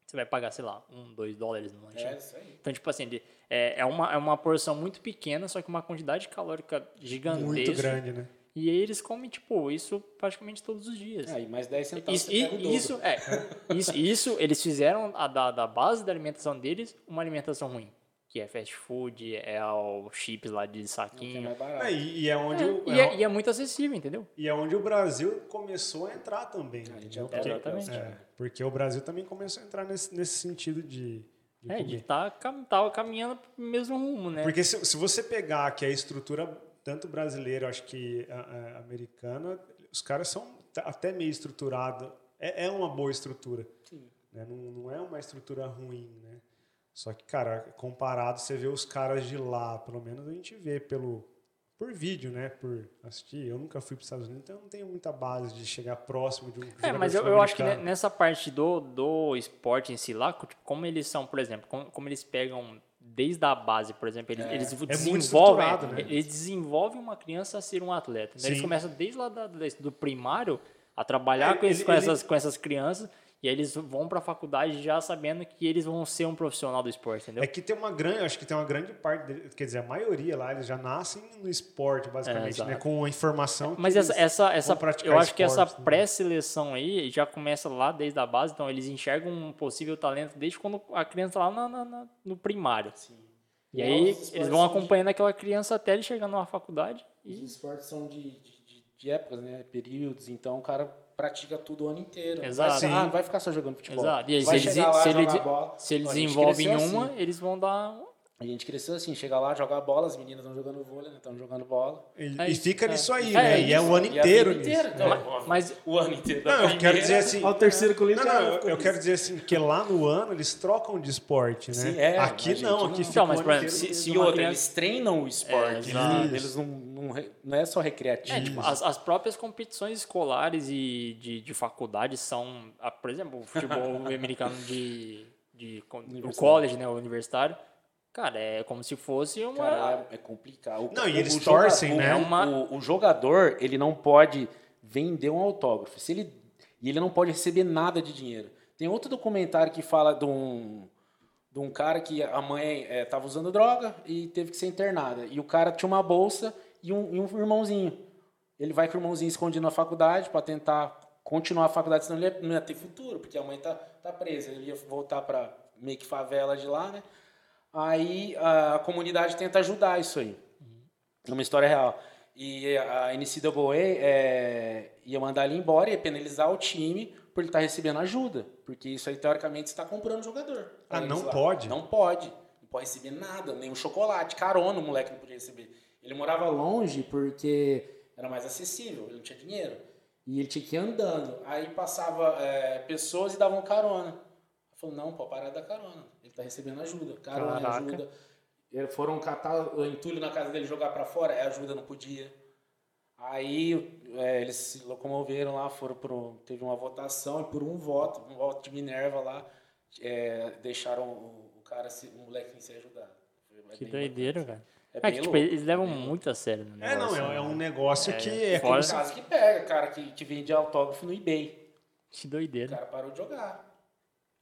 Speaker 1: você vai pagar, sei lá, um, dois dólares no lanche.
Speaker 3: É, isso aí.
Speaker 1: Então, tipo assim, de- é, é, uma, é uma porção muito pequena, só que uma quantidade calórica gigantesca.
Speaker 2: muito grande, né?
Speaker 1: E aí eles comem, tipo, isso praticamente todos os dias.
Speaker 3: Aí, mais 10 centavos
Speaker 1: Isso,
Speaker 3: você pega o dobro.
Speaker 1: e- isso, é, isso, isso eles fizeram a, da, da base da alimentação deles uma alimentação ruim. Que é fast food, é o chips lá de
Speaker 3: Que é
Speaker 1: saquinho.
Speaker 3: mais barato.
Speaker 2: É, e, e é onde o,
Speaker 1: É, e, é, e é muito acessível, entendeu?
Speaker 2: e é onde o Brasil começou a entrar também.
Speaker 3: A gente
Speaker 2: entendeu?
Speaker 1: tá
Speaker 3: até
Speaker 2: Porque-
Speaker 1: Exatamente.
Speaker 2: É, porque o Brasil também começou a entrar nesse, nesse sentido de, de
Speaker 1: É,
Speaker 2: comer.
Speaker 1: de tá, cam- tá caminhando pro mesmo rumo, né?
Speaker 2: Porque se, se você pegar que a estrutura, tanto brasileira, acho que a- a- americana, os caras são tá- até meio estruturados. É, é uma boa estrutura. né? Não, não é uma estrutura ruim, né? Só que, cara, comparado, você vê os caras de lá, pelo menos a gente vê pelo por vídeo, né? Por assistir. Eu nunca fui para os Estados Unidos, então eu não tenho muita base de chegar próximo de um.
Speaker 1: É,
Speaker 2: jogador
Speaker 1: mas eu, eu acho que ne-
Speaker 2: sul-americano.
Speaker 1: nessa parte do, do esporte em si lá, co- tipo, como eles são, por exemplo, como, como eles pegam desde a base, por exemplo, eles, eles
Speaker 2: É, muito
Speaker 1: desenvolvem,
Speaker 2: estruturado, né?
Speaker 1: eles desenvolvem uma criança a ser um atleta. Então, eles
Speaker 2: Sim.
Speaker 1: começam desde lá da- da- do primário a trabalhar
Speaker 2: É,
Speaker 1: com, esses-
Speaker 2: ele-
Speaker 1: com
Speaker 2: ele-
Speaker 1: essas, com essas crianças e aí eles vão para a faculdade já sabendo que eles vão ser um profissional do esporte, entendeu?
Speaker 2: É que tem uma grande, acho que tem uma grande parte, dele- quer dizer, a maioria lá, eles já nascem no esporte,
Speaker 1: É,
Speaker 2: basicamente,
Speaker 1: exato.
Speaker 2: né? Com a informação. que
Speaker 1: Mas essa,
Speaker 2: eles-
Speaker 1: essa, essa
Speaker 2: praticar
Speaker 1: eu acho que essa
Speaker 2: esportes, né?
Speaker 1: pré-seleção aí já começa lá desde a base, então eles enxergam um possível talento desde quando a criança tá lá na- na- na- no primário.
Speaker 3: Sim.
Speaker 1: E aí
Speaker 3: Os
Speaker 1: eles vão
Speaker 3: esportes são de-
Speaker 1: acompanhando aquela criança até ele chegar numa faculdade. E...
Speaker 3: Os esportes são de, de- de- de épocas, né? Períodos. Então o cara pratica tudo o ano inteiro.
Speaker 1: Exato.
Speaker 3: Vai, ah,
Speaker 2: Sim.
Speaker 3: não vai ficar só jogando futebol.
Speaker 1: Exato. E aí, se
Speaker 3: vai
Speaker 1: ele,
Speaker 3: chegar
Speaker 1: desen-
Speaker 3: lá,
Speaker 1: se ele,
Speaker 3: jogar
Speaker 1: de-
Speaker 3: bola.
Speaker 1: se ele
Speaker 3: Ó, a gente
Speaker 1: desenvolve em
Speaker 3: cresceu
Speaker 1: uma,
Speaker 3: assim.
Speaker 1: eles vão dar. um,
Speaker 3: A gente cresceu assim, chega lá, joga a bola, as meninas estão jogando vôlei, né? Estão jogando bola.
Speaker 2: E,
Speaker 1: é
Speaker 2: e
Speaker 1: isso,
Speaker 2: fica
Speaker 1: é.
Speaker 2: nisso aí,
Speaker 1: É,
Speaker 2: né?
Speaker 1: é
Speaker 2: e é
Speaker 1: isso.
Speaker 2: o ano
Speaker 3: E a
Speaker 2: inteiro
Speaker 3: vida
Speaker 2: nisso.
Speaker 3: inteira, então, ó,
Speaker 1: Mas
Speaker 3: o ano inteiro. da
Speaker 2: Não, eu quero
Speaker 3: primeira
Speaker 2: dizer assim-
Speaker 3: Ao terceiro colírio.
Speaker 2: Não, não, eu, eu quero dizer assim, que lá no ano eles trocam de esporte, né?
Speaker 3: Sim, é,
Speaker 2: aqui
Speaker 3: a gente
Speaker 2: não,
Speaker 3: não.
Speaker 2: aqui
Speaker 3: Então,
Speaker 2: fica
Speaker 1: mas,
Speaker 2: o ano
Speaker 1: por exemplo,
Speaker 2: inteiro
Speaker 1: se-
Speaker 2: mesmo.
Speaker 1: se
Speaker 3: E
Speaker 1: uma
Speaker 3: outra,
Speaker 1: criança-
Speaker 3: eles treinam o
Speaker 1: É,
Speaker 3: esporte.
Speaker 1: exato.
Speaker 3: eles eles não, não, re- não é só recreativo.
Speaker 1: É, tipo, as, as próprias competições escolares e de, de faculdade são, ah, por exemplo, o
Speaker 3: [laughs]
Speaker 1: futebol americano de, de co- o
Speaker 3: Universitário.
Speaker 1: college, né, o universitário. Cara, é como se fosse uma.
Speaker 3: Cara, é, é complicado. O-
Speaker 2: Não, e
Speaker 3: o-
Speaker 2: eles
Speaker 3: o jogador-
Speaker 2: torcem, né?
Speaker 1: É uma-
Speaker 3: O, o jogador, ele não pode vender um autógrafo. Se ele, e ele não pode receber nada de dinheiro. Tem outro documentário que fala de um, de um cara que a mãe estava usando droga e teve que ser internada. E o cara tinha uma bolsa e um, e um irmãozinho. Ele vai com o irmãozinho escondido na faculdade para tentar continuar a faculdade, senão ele ia- não ia ter futuro, porque a mãe tá, tá presa. Ele ia voltar para meio que favela de lá, né? Aí a comunidade tenta ajudar isso aí. É uma história real. E a NCAA é, ia mandar ele embora, ia penalizar o time por ele estar recebendo ajuda. Porque isso aí, teoricamente, está comprando jogador.
Speaker 2: Ah, não
Speaker 3: Eles lá-
Speaker 2: pode?
Speaker 3: Não pode. Não pode receber nada, nem um chocolate. Carona o moleque não podia receber. Ele morava longe porque era mais acessível, ele não tinha dinheiro. E ele tinha que ir andando. Aí passava é, pessoas e davam carona. Falou, não, pô, parar da carona. Ele tá recebendo ajuda. Carona,
Speaker 1: Caraca.
Speaker 3: ajuda. Eles Foram catar o entulho na casa dele, jogar pra fora, é, ajuda, não podia. Aí é, eles se locomoveram lá, foram pro, teve uma votação e por um voto, um voto de Minerva lá, é, deixaram o, o cara, se, o moleque ser ajudado. É
Speaker 1: Que
Speaker 3: bem
Speaker 1: doideira,
Speaker 3: bacana.
Speaker 1: cara.
Speaker 3: É,
Speaker 1: É
Speaker 3: bem
Speaker 1: que, tipo,
Speaker 3: louco,
Speaker 1: eles
Speaker 3: é
Speaker 1: levam
Speaker 3: bem louco.
Speaker 1: muito a sério no
Speaker 2: É, não,
Speaker 1: negócio.
Speaker 2: é, é um
Speaker 1: né?
Speaker 2: negócio
Speaker 1: É,
Speaker 2: que é
Speaker 1: fora-
Speaker 2: como
Speaker 3: Tem
Speaker 2: se-
Speaker 3: caso que pega, cara, que, que vende autógrafo no eBay.
Speaker 1: Que
Speaker 3: O
Speaker 1: doideira.
Speaker 3: cara parou de jogar.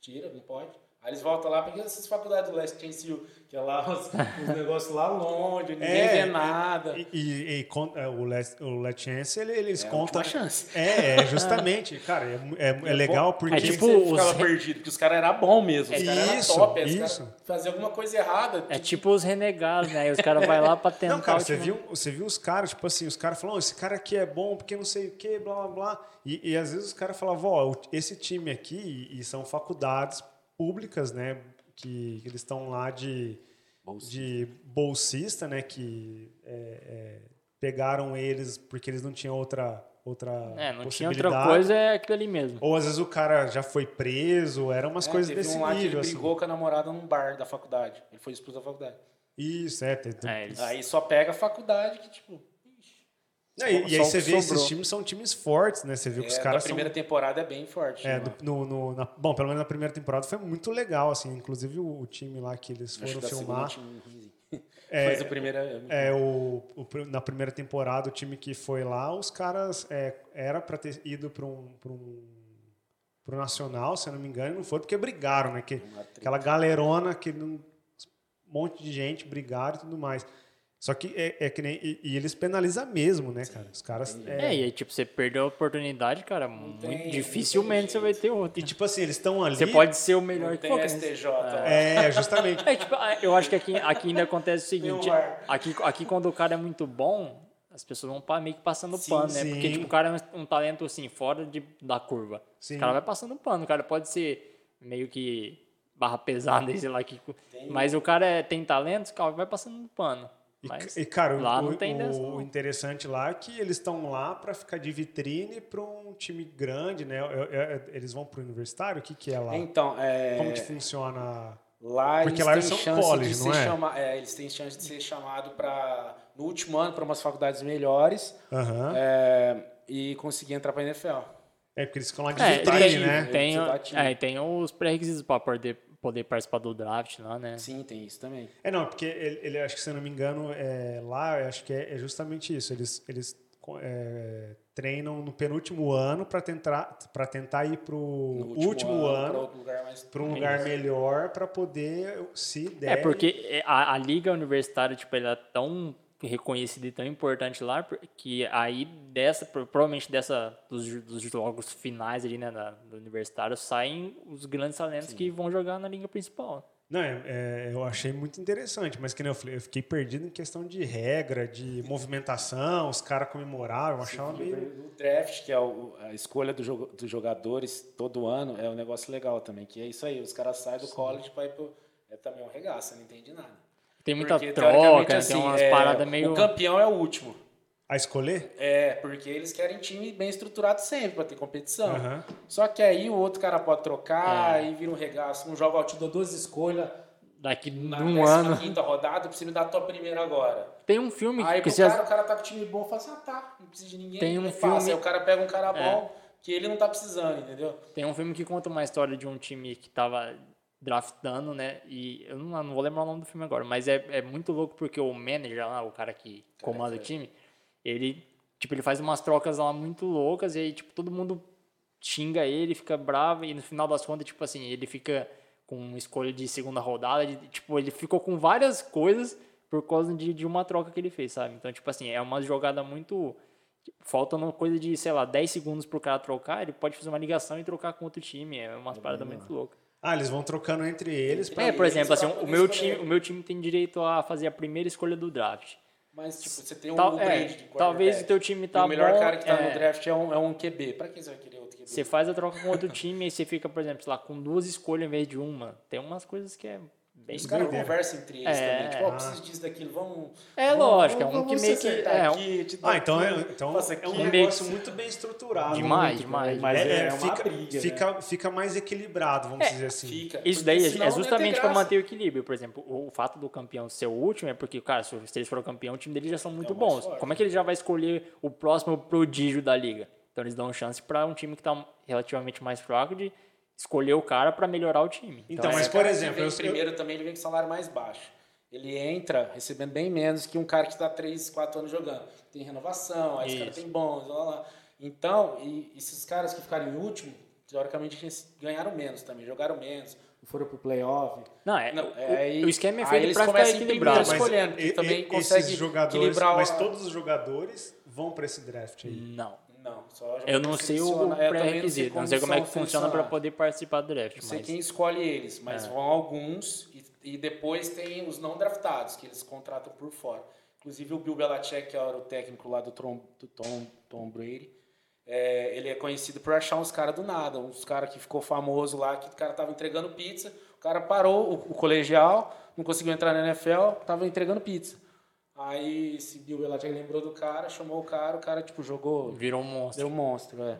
Speaker 3: Tira, não pode. Aí eles voltam lá, porque essas faculdades do leste tem esse- que é lá os, os [laughs] negócios lá longe, ninguém
Speaker 2: É,
Speaker 3: vê nada.
Speaker 2: E, e- e con- é, o Let, o Let Chance, ele, eles
Speaker 3: É a
Speaker 2: contam.
Speaker 3: última chance.
Speaker 2: É, é, justamente, cara, é, mu- é, mu- é
Speaker 3: É
Speaker 2: legal
Speaker 3: bom.
Speaker 2: porque.
Speaker 1: É tipo-
Speaker 3: Você
Speaker 1: os
Speaker 3: ficava
Speaker 1: re-
Speaker 3: perdido, porque os caras eram bons mesmo. Os caras eram
Speaker 2: Isso,
Speaker 3: top. Os
Speaker 2: isso.
Speaker 3: caras faziam alguma coisa errada.
Speaker 1: É tipo os renegados, né? Aí os caras vão lá pra tentar.
Speaker 2: Não, cara,
Speaker 1: o
Speaker 2: você
Speaker 1: time-
Speaker 2: viu, você viu os caras, tipo assim, os caras falam, "Oh, esse cara aqui é bom porque não sei o que, blá blá blá. E, e às vezes os caras falavam, ó, o- esse time aqui, e, e são faculdades públicas, né? Que, que eles estão lá de,
Speaker 3: Bolsista.
Speaker 2: de bolsista, né? Que é, é, pegaram eles porque eles não tinham outra. outra
Speaker 1: É, não tinha
Speaker 2: possibilidade.
Speaker 1: outra coisa, é aquilo ali mesmo.
Speaker 2: Ou às vezes o cara já foi preso, eram umas
Speaker 3: É,
Speaker 2: coisas
Speaker 3: teve
Speaker 2: desse
Speaker 3: um lá que ele
Speaker 2: nível. assim.
Speaker 3: brigou com a namorada num bar da faculdade. Ele foi expulso da faculdade.
Speaker 2: Isso, é. tem- tem-
Speaker 1: É, eles...
Speaker 3: Aí só pega a faculdade que, tipo... ixi.
Speaker 2: Não, e, e
Speaker 1: só
Speaker 2: aí
Speaker 1: o
Speaker 2: você
Speaker 1: que
Speaker 2: vê esses
Speaker 1: sobrou.
Speaker 2: times são times fortes, né? Você viu que os
Speaker 3: É,
Speaker 2: caras
Speaker 3: da
Speaker 2: são.
Speaker 3: primeira temporada é bem forte.
Speaker 2: É,
Speaker 3: né?
Speaker 2: do- no, no- na- bom, pelo menos na primeira temporada foi muito legal, assim. Inclusive o, o time lá que eles
Speaker 3: Acho
Speaker 2: foram
Speaker 3: que da
Speaker 2: filmar.
Speaker 3: segunda tinha um ruimzinho.
Speaker 2: É,
Speaker 3: Mas o primeiro é muito
Speaker 2: É, o, o pr- na primeira temporada, o time que foi lá, os caras é, era pra ter ido pra um, pra um pro Nacional, se eu não me engano, e não foi porque brigaram, né? Que,
Speaker 3: Uma treta.
Speaker 2: aquela galerona, aquele um monte de gente brigaram e tudo mais. Só que é, é que nem. E, e eles penalizam mesmo, né, cara? Os caras. é,
Speaker 1: É, e aí, tipo, você perdeu a oportunidade, cara, muito
Speaker 3: tem- não
Speaker 1: dificilmente
Speaker 3: tem
Speaker 1: você vai ter outra.
Speaker 2: e tipo assim, eles estão ali.
Speaker 1: Você pode ser o
Speaker 3: Não
Speaker 1: melhor que
Speaker 3: tem
Speaker 1: qualquer.
Speaker 3: STJ. lá.
Speaker 2: É, justamente.
Speaker 1: É, tipo, ah, eu acho que aqui, aqui ainda acontece o seguinte:
Speaker 3: Meu ar.
Speaker 1: aqui, aqui quando o cara é muito bom, as pessoas vão pa- meio que passando
Speaker 2: Sim,
Speaker 1: pano, né?
Speaker 2: sim.
Speaker 1: Porque tipo, o cara é um, um talento assim, fora de, da curva.
Speaker 2: Sim.
Speaker 1: O cara vai passando pano, o cara pode ser meio que barra pesada, [laughs] sei lá, que, mas o cara é- tem talento, o cara vai passando pano.
Speaker 2: E,
Speaker 1: Mas
Speaker 2: e, cara, o-
Speaker 1: lá
Speaker 2: o,
Speaker 1: não tem dessa,
Speaker 2: o
Speaker 1: não.
Speaker 2: interessante lá é que eles estão lá para ficar de vitrine para um time grande, né? Eu- eu- eu- eles vão pro universitário? O que, que é lá?
Speaker 3: Então, é...
Speaker 2: Como que funciona?
Speaker 3: Lá
Speaker 2: Porque
Speaker 3: eles
Speaker 2: lá
Speaker 3: têm
Speaker 2: eles são
Speaker 3: chance
Speaker 2: college,
Speaker 3: de
Speaker 2: não
Speaker 3: ser
Speaker 2: é?
Speaker 3: chama- é, eles têm chance de ser chamado para no último ano para umas faculdades melhores
Speaker 2: Aham. É.
Speaker 3: é, e conseguir entrar para NFL.
Speaker 2: porque eles ficam lá de
Speaker 1: É,
Speaker 2: vitrine,
Speaker 1: tem,
Speaker 2: né?
Speaker 1: tem,
Speaker 3: Você tá ativo.
Speaker 1: é, tem os pré-requisitos para poder, poder participar do draft lá, né?
Speaker 3: Sim, tem isso também.
Speaker 2: É, não, porque ele, ele- acho que, se eu não me engano, é, lá eu acho que é, é justamente isso. Eles, eles co- é, treinam no penúltimo ano para tentar, pra tentar ir pro
Speaker 3: No
Speaker 2: último,
Speaker 3: pra
Speaker 2: ano,
Speaker 3: outro lugar mais
Speaker 2: para um lugar melhor para poder, se
Speaker 1: É
Speaker 2: der...
Speaker 1: porque é, a, a liga universitária, tipo, ela é tão reconhecida e tão importante lá, por- que aí dessa, pro- provavelmente dessa dos, jo- dos jogos finais ali, né, da, do universitário, saem os grandes talentos que vão jogar na liga principal.
Speaker 2: Não, é- é, eu achei muito interessante, mas que nem eu falei, eu fiquei perdido em questão de regra, de movimentação, os caras comemoravam, eu achava meio.
Speaker 3: O draft, que é o- a escolha do jogo- dos jogadores todo ano, é um negócio legal também, que é isso aí, os caras saem do college para ir pro... É também um regaço, não entende nada.
Speaker 1: Tem muita
Speaker 3: Porque,
Speaker 1: troca,
Speaker 3: teoricamente,
Speaker 1: né,
Speaker 3: assim,
Speaker 1: tem umas
Speaker 3: é,
Speaker 1: paradas meio...
Speaker 3: O campeão é o último.
Speaker 2: A escolher?
Speaker 3: É, porque eles querem time bem estruturado sempre para ter competição.
Speaker 2: Aham.
Speaker 3: Só que aí o outro cara pode trocar,
Speaker 1: É.
Speaker 3: aí vira um regaço. Um joga, ó, te dou duas escolhas
Speaker 1: Daqui
Speaker 3: na
Speaker 1: um ano.
Speaker 3: 15 quinta rodada, pra você me dar a tua primeira agora.
Speaker 1: Tem um filme
Speaker 3: Aí
Speaker 1: que
Speaker 3: pro
Speaker 1: se as-
Speaker 3: cara, o cara tá com time bom, fala assim, ah tá, não precisa de ninguém.
Speaker 1: Tem um
Speaker 3: não
Speaker 1: filme- É.
Speaker 3: Aí o cara pega um cara bom que ele não tá precisando, entendeu?
Speaker 1: Tem um filme que conta uma história de um time que tava draftando, né? E eu não, não vou lembrar o nome do filme agora, mas é, é muito louco porque o manager lá, o cara que comanda o time, ele, tipo, ele faz umas trocas lá muito loucas e aí, tipo, todo mundo xinga ele, fica bravo e no final das contas, tipo assim, ele fica com escolha de segunda rodada. de- tipo, ele ficou com várias coisas por causa de, de uma troca que ele fez, sabe? Então, tipo assim, é uma jogada muito. Faltando coisa de, sei lá, 10 segundos pro cara trocar, ele pode fazer uma ligação e trocar com outro time. É umas paradas muito loucas.
Speaker 2: Ah, eles vão trocando entre eles. pra-
Speaker 1: É, por exemplo, assim,
Speaker 3: pra poder
Speaker 1: o meu,
Speaker 3: escolher.
Speaker 1: time, o meu time tem direito a fazer a primeira escolha do draft.
Speaker 3: Mas, tipo, você tem um
Speaker 1: Tal- é,
Speaker 3: upgrade de quarterback.
Speaker 1: talvez o teu time tá
Speaker 3: E O melhor
Speaker 1: bom,
Speaker 3: cara que tá
Speaker 1: é.
Speaker 3: no draft é um, é um QB. Pra quem você vai querer outro QB?
Speaker 1: Você faz a troca com outro time e você fica, por exemplo, sei lá, com duas escolhas em vez de uma. Tem umas coisas que é bem.
Speaker 3: Os caras
Speaker 2: Doideira.
Speaker 3: conversam entre eles
Speaker 1: É.
Speaker 3: também. Tipo, ó, preciso disso, daquilo, vamos...
Speaker 1: É
Speaker 3: vamos-
Speaker 1: lógico, é um
Speaker 3: vamos-
Speaker 1: que
Speaker 3: vamos
Speaker 1: meio
Speaker 3: se
Speaker 1: que-
Speaker 3: acertar
Speaker 1: é, um-
Speaker 3: aqui, assim, te dou
Speaker 2: Ah, então é,
Speaker 3: aquilo,
Speaker 2: então
Speaker 3: faço
Speaker 2: é um
Speaker 3: aquilo.
Speaker 1: meio
Speaker 2: negócio muito bem estruturado.
Speaker 1: Demais,
Speaker 2: muito,
Speaker 1: demais.
Speaker 2: né?
Speaker 3: Mas
Speaker 2: é,
Speaker 3: é
Speaker 2: é,
Speaker 3: uma
Speaker 2: fica,
Speaker 3: briga, né? É,
Speaker 2: fica, fica mais equilibrado, vamos dizer assim.
Speaker 3: Fica.
Speaker 1: Isso
Speaker 3: Porque
Speaker 1: daí é-
Speaker 3: senão
Speaker 1: é
Speaker 3: não ia ter
Speaker 1: justamente para
Speaker 3: graça.
Speaker 1: manter o equilíbrio. Por exemplo, o, o fato do campeão ser o último é porque, cara, se eles forem campeão, o time deles já são muito
Speaker 3: o mais
Speaker 1: bons.
Speaker 3: forte.
Speaker 1: Como é que ele já vai escolher o próximo prodígio da liga? Então eles dão chance para um time que tá relativamente mais fraco de escolher o cara para melhorar o time.
Speaker 2: Então,
Speaker 1: é-
Speaker 2: mas
Speaker 3: O
Speaker 2: por
Speaker 3: cara que
Speaker 2: exemplo,
Speaker 3: vem
Speaker 2: eu, eu,
Speaker 3: primeiro também ele vem com salário mais baixo. Ele entra recebendo bem menos que um cara que está 3, 4 anos jogando. Tem renovação, aí os caras
Speaker 1: Isso.
Speaker 3: têm bons, lá, lá. Então, e esses caras que ficaram em último, teoricamente eles ganharam menos também, jogaram menos, não foram pro playoff.
Speaker 1: Não, é,
Speaker 3: Não,
Speaker 1: o-
Speaker 3: aí-
Speaker 1: o, esquema é
Speaker 3: aí
Speaker 1: feito
Speaker 3: eles
Speaker 1: para ficar
Speaker 3: começam em
Speaker 1: equilibrado.
Speaker 3: primeiro,
Speaker 1: mas-
Speaker 3: escolhendo, porque
Speaker 2: e-
Speaker 3: também
Speaker 2: e-
Speaker 3: consegue
Speaker 2: esses jogadores,
Speaker 3: equilibrar o-
Speaker 2: mas todos os jogadores vão pra esse draft aí.
Speaker 1: Não.
Speaker 3: Não, só
Speaker 1: Eu não sei o
Speaker 3: seleciona. É, também não sei
Speaker 1: pré-requisito, não sei como é que
Speaker 3: são
Speaker 1: funciona para
Speaker 3: selecionados.
Speaker 1: poder participar do draft.
Speaker 3: Não sei
Speaker 1: Mas
Speaker 3: quem escolhe eles, mas
Speaker 1: É.
Speaker 3: vão alguns e, e depois tem os não draftados, que eles contratam por fora. Inclusive o Bill Belichick, que era o técnico lá do Tom, do Tom, Tom Brady, é, ele é conhecido por achar uns caras do nada, uns caras que ficou famoso lá, que o cara tava entregando pizza, o cara parou o, o colegial, não conseguiu entrar na NFL, tava entregando pizza. Aí esse Bill Belichick lembrou do cara, chamou o cara, o cara tipo jogou,
Speaker 1: virou um monstro.
Speaker 3: deu um monstro, é.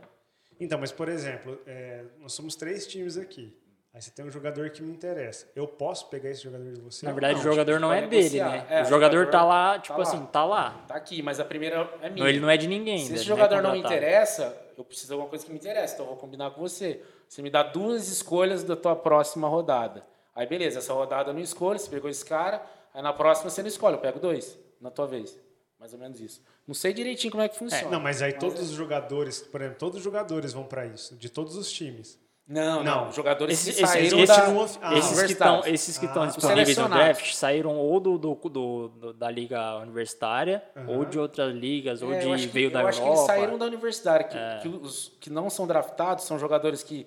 Speaker 2: Então, mas por exemplo, é, nós somos três times aqui. Aí você tem um jogador que me interessa. Eu posso pegar esse jogador de você?
Speaker 1: Na
Speaker 2: ou
Speaker 1: verdade,
Speaker 2: não?
Speaker 1: o jogador não
Speaker 3: vai
Speaker 1: é dele,
Speaker 3: negociar.
Speaker 1: né?
Speaker 3: É,
Speaker 1: o
Speaker 3: o
Speaker 1: jogador
Speaker 3: jogador
Speaker 1: tá lá,
Speaker 3: tá
Speaker 1: tipo
Speaker 3: lá.
Speaker 1: assim, tá lá.
Speaker 3: Tá aqui, mas a primeira é minha.
Speaker 1: Não, ele não é de ninguém
Speaker 3: Se
Speaker 1: ainda.
Speaker 3: esse
Speaker 1: ele não é
Speaker 3: jogador não
Speaker 1: contratado.
Speaker 3: interessa, eu preciso de alguma coisa que me interessa, então eu vou combinar com você. Você me dá duas escolhas da tua próxima rodada. Aí beleza, essa rodada eu não escolho, você pegou esse cara, aí na próxima você não escolhe, eu pego dois, na tua vez. Mais ou menos isso. Não sei direitinho como é que funciona.
Speaker 2: Não, mas aí
Speaker 3: é-
Speaker 2: todos os jogadores, por exemplo, todos os jogadores vão pra isso, de todos os times.
Speaker 3: Não, não,
Speaker 2: Não.
Speaker 3: os jogadores
Speaker 1: Esses,
Speaker 3: que saíram
Speaker 1: é esses-
Speaker 3: da...
Speaker 2: não ofi- Ah,
Speaker 1: esses que estão
Speaker 3: universitários.
Speaker 1: esses que estão
Speaker 2: Ah,
Speaker 1: disponíveis no
Speaker 3: selecionados.
Speaker 1: draft saíram ou do, do- do- do- da liga universitária ou de outras ligas ou
Speaker 3: É, eu
Speaker 1: de
Speaker 3: acho que-
Speaker 1: veio da Europa. É.
Speaker 3: Eu acho que eles saíram da universidade, que, que os que não são draftados são jogadores que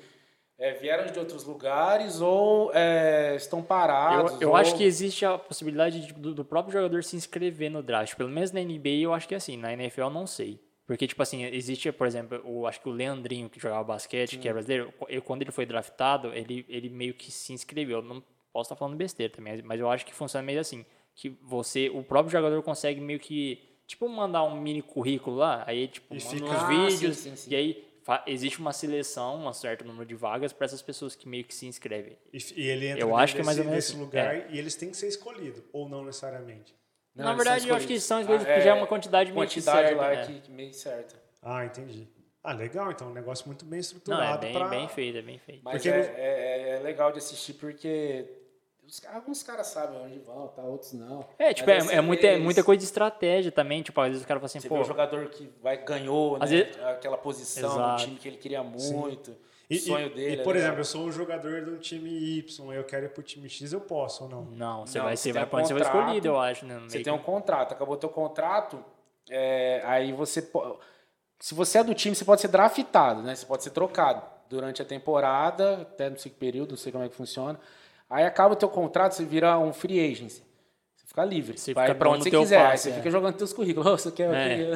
Speaker 3: é, vieram de outros lugares ou é, estão parados.
Speaker 1: Eu, eu
Speaker 3: ou-
Speaker 1: acho que existe a possibilidade de- do, do próprio jogador se inscrever no draft. Pelo menos na NBA eu acho que é assim. Na NFL eu não sei. Porque, tipo assim, existe, por exemplo, o, acho que o Leandrinho, que jogava basquete, que é brasileiro, eu- quando ele foi draftado, ele, ele meio que se inscreveu. Não posso estar falando besteira também, mas eu acho que funciona meio assim. Que você, o próprio jogador consegue meio que, tipo, mandar um mini currículo lá, aí, tipo,
Speaker 2: E
Speaker 1: manda
Speaker 2: fica-
Speaker 1: uns
Speaker 3: Ah,
Speaker 1: vídeos,
Speaker 3: sim, sim, sim.
Speaker 1: e aí fa- existe uma seleção, um certo número de vagas para essas pessoas que meio que se inscrevem.
Speaker 2: E, f- e ele entra
Speaker 1: Eu
Speaker 2: dentro
Speaker 1: acho que é
Speaker 2: desse,
Speaker 1: mais ou menos
Speaker 2: desse
Speaker 1: assim,
Speaker 2: lugar e eles têm que ser escolhidos, ou não necessariamente.
Speaker 3: Não,
Speaker 1: Na
Speaker 3: eles são
Speaker 1: verdade, eu acho que
Speaker 3: escolhidos.
Speaker 1: são escolhidos
Speaker 3: Ah,
Speaker 1: porque já é uma quantidade meio que
Speaker 3: quantidade
Speaker 1: certa,
Speaker 3: lá
Speaker 1: né?
Speaker 3: que, que meio certa.
Speaker 2: Ah, entendi. Ah, legal, então, um negócio muito bem
Speaker 1: Não,
Speaker 2: estruturado
Speaker 1: é bem,
Speaker 2: pra-
Speaker 1: bem feito, é bem feito.
Speaker 3: Mas
Speaker 2: Porque
Speaker 3: é,
Speaker 2: no-
Speaker 3: é- é- é legal de assistir porque os ca- alguns caras sabem onde vão, tá, outros não.
Speaker 1: É, tipo, é,
Speaker 3: Mas, assim,
Speaker 1: é muita, é
Speaker 3: eles-
Speaker 1: muita coisa de estratégia também. Tipo, às vezes o cara fala assim,
Speaker 3: Você
Speaker 1: pô,
Speaker 3: vê o jogador que vai, ganhou né,
Speaker 1: Às vezes-
Speaker 3: aquela posição no
Speaker 1: Exato.
Speaker 3: time que ele queria muito,
Speaker 2: E,
Speaker 3: o sonho
Speaker 2: e-
Speaker 3: dele.
Speaker 2: e, por
Speaker 3: é legal.
Speaker 2: exemplo, eu sou um jogador de um time Y, eu quero ir pro time X, eu posso
Speaker 1: [laughs]
Speaker 2: ou não?
Speaker 1: não, você
Speaker 3: Não,
Speaker 1: vai,
Speaker 3: você
Speaker 1: você
Speaker 3: tem
Speaker 1: vai
Speaker 3: um
Speaker 1: pra onde você vai
Speaker 3: contrato,
Speaker 1: escolhido, eu acho, né? no
Speaker 3: Você
Speaker 1: meio
Speaker 3: tem um
Speaker 1: que-
Speaker 3: contrato, acabou teu contrato, é, aí você. po- Se você é do time, você pode ser draftado, né? Você pode ser trocado durante a temporada, até no segundo período, não sei como é que funciona. Aí acaba o teu contrato, você vira um free agency. Você fica livre.
Speaker 1: Você
Speaker 3: vai
Speaker 1: fica
Speaker 3: pra
Speaker 1: pra onde
Speaker 3: onde você
Speaker 1: o teu
Speaker 3: quiser. aí
Speaker 1: passe,
Speaker 3: você
Speaker 1: é.
Speaker 3: fica jogando teus currículos. [laughs] Oh, você quer.
Speaker 1: É.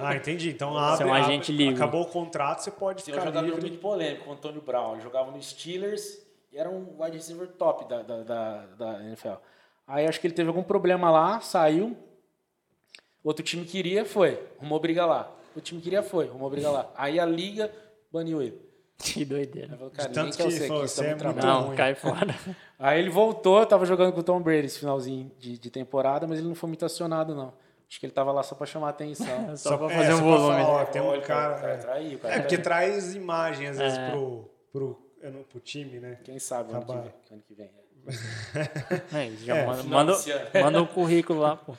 Speaker 2: Ah, entendi. Então
Speaker 1: Você
Speaker 2: abre,
Speaker 1: é um
Speaker 2: abre-
Speaker 1: agente livre.
Speaker 2: acabou o contrato, você pode
Speaker 3: Tem um
Speaker 2: ficar
Speaker 3: jogador
Speaker 2: livre.
Speaker 3: muito polêmico, o Antônio Brown. Ele jogava no Steelers e era um wide receiver top da, da, da, da NFL. Aí acho que ele teve algum problema lá, saiu. Outro time queria, foi. Arrumou briga lá. O time queria, foi. Arrumou briga lá. Aí a liga baniu ele.
Speaker 1: [laughs] Que
Speaker 3: Aí
Speaker 1: doideira.
Speaker 3: falou, cara,
Speaker 2: De
Speaker 3: ninguém
Speaker 2: tanto
Speaker 3: quer
Speaker 2: que
Speaker 3: você aqui,
Speaker 2: falou,
Speaker 3: você
Speaker 2: você
Speaker 3: é
Speaker 2: é
Speaker 3: muito
Speaker 2: muito-
Speaker 3: trabalho.
Speaker 1: Não,
Speaker 2: ruim.
Speaker 1: cai fora. [laughs]
Speaker 3: Aí ele voltou, tava jogando com o Tom Brady esse finalzinho de, de temporada, mas ele não foi muito acionado, não. Acho que ele tava lá só pra chamar a atenção.
Speaker 1: Só pra
Speaker 2: é,
Speaker 1: fazer um
Speaker 2: [laughs] só pra
Speaker 1: volume.
Speaker 2: falar, ó, tem um
Speaker 3: Olha,
Speaker 2: cara...
Speaker 3: o cara
Speaker 2: é.
Speaker 3: traiu, o cara
Speaker 2: É, porque
Speaker 3: traiu.
Speaker 2: traz imagem, às vezes,
Speaker 1: É.
Speaker 2: pro, pro, eu não- pro time, né?
Speaker 3: Quem sabe ano que
Speaker 2: Acabar.
Speaker 3: vem. Ano que vem. é.
Speaker 1: Aí, já
Speaker 2: É,
Speaker 1: manda,
Speaker 3: final
Speaker 1: [laughs] manda,
Speaker 3: desse ano.
Speaker 1: manda um currículo lá, pô.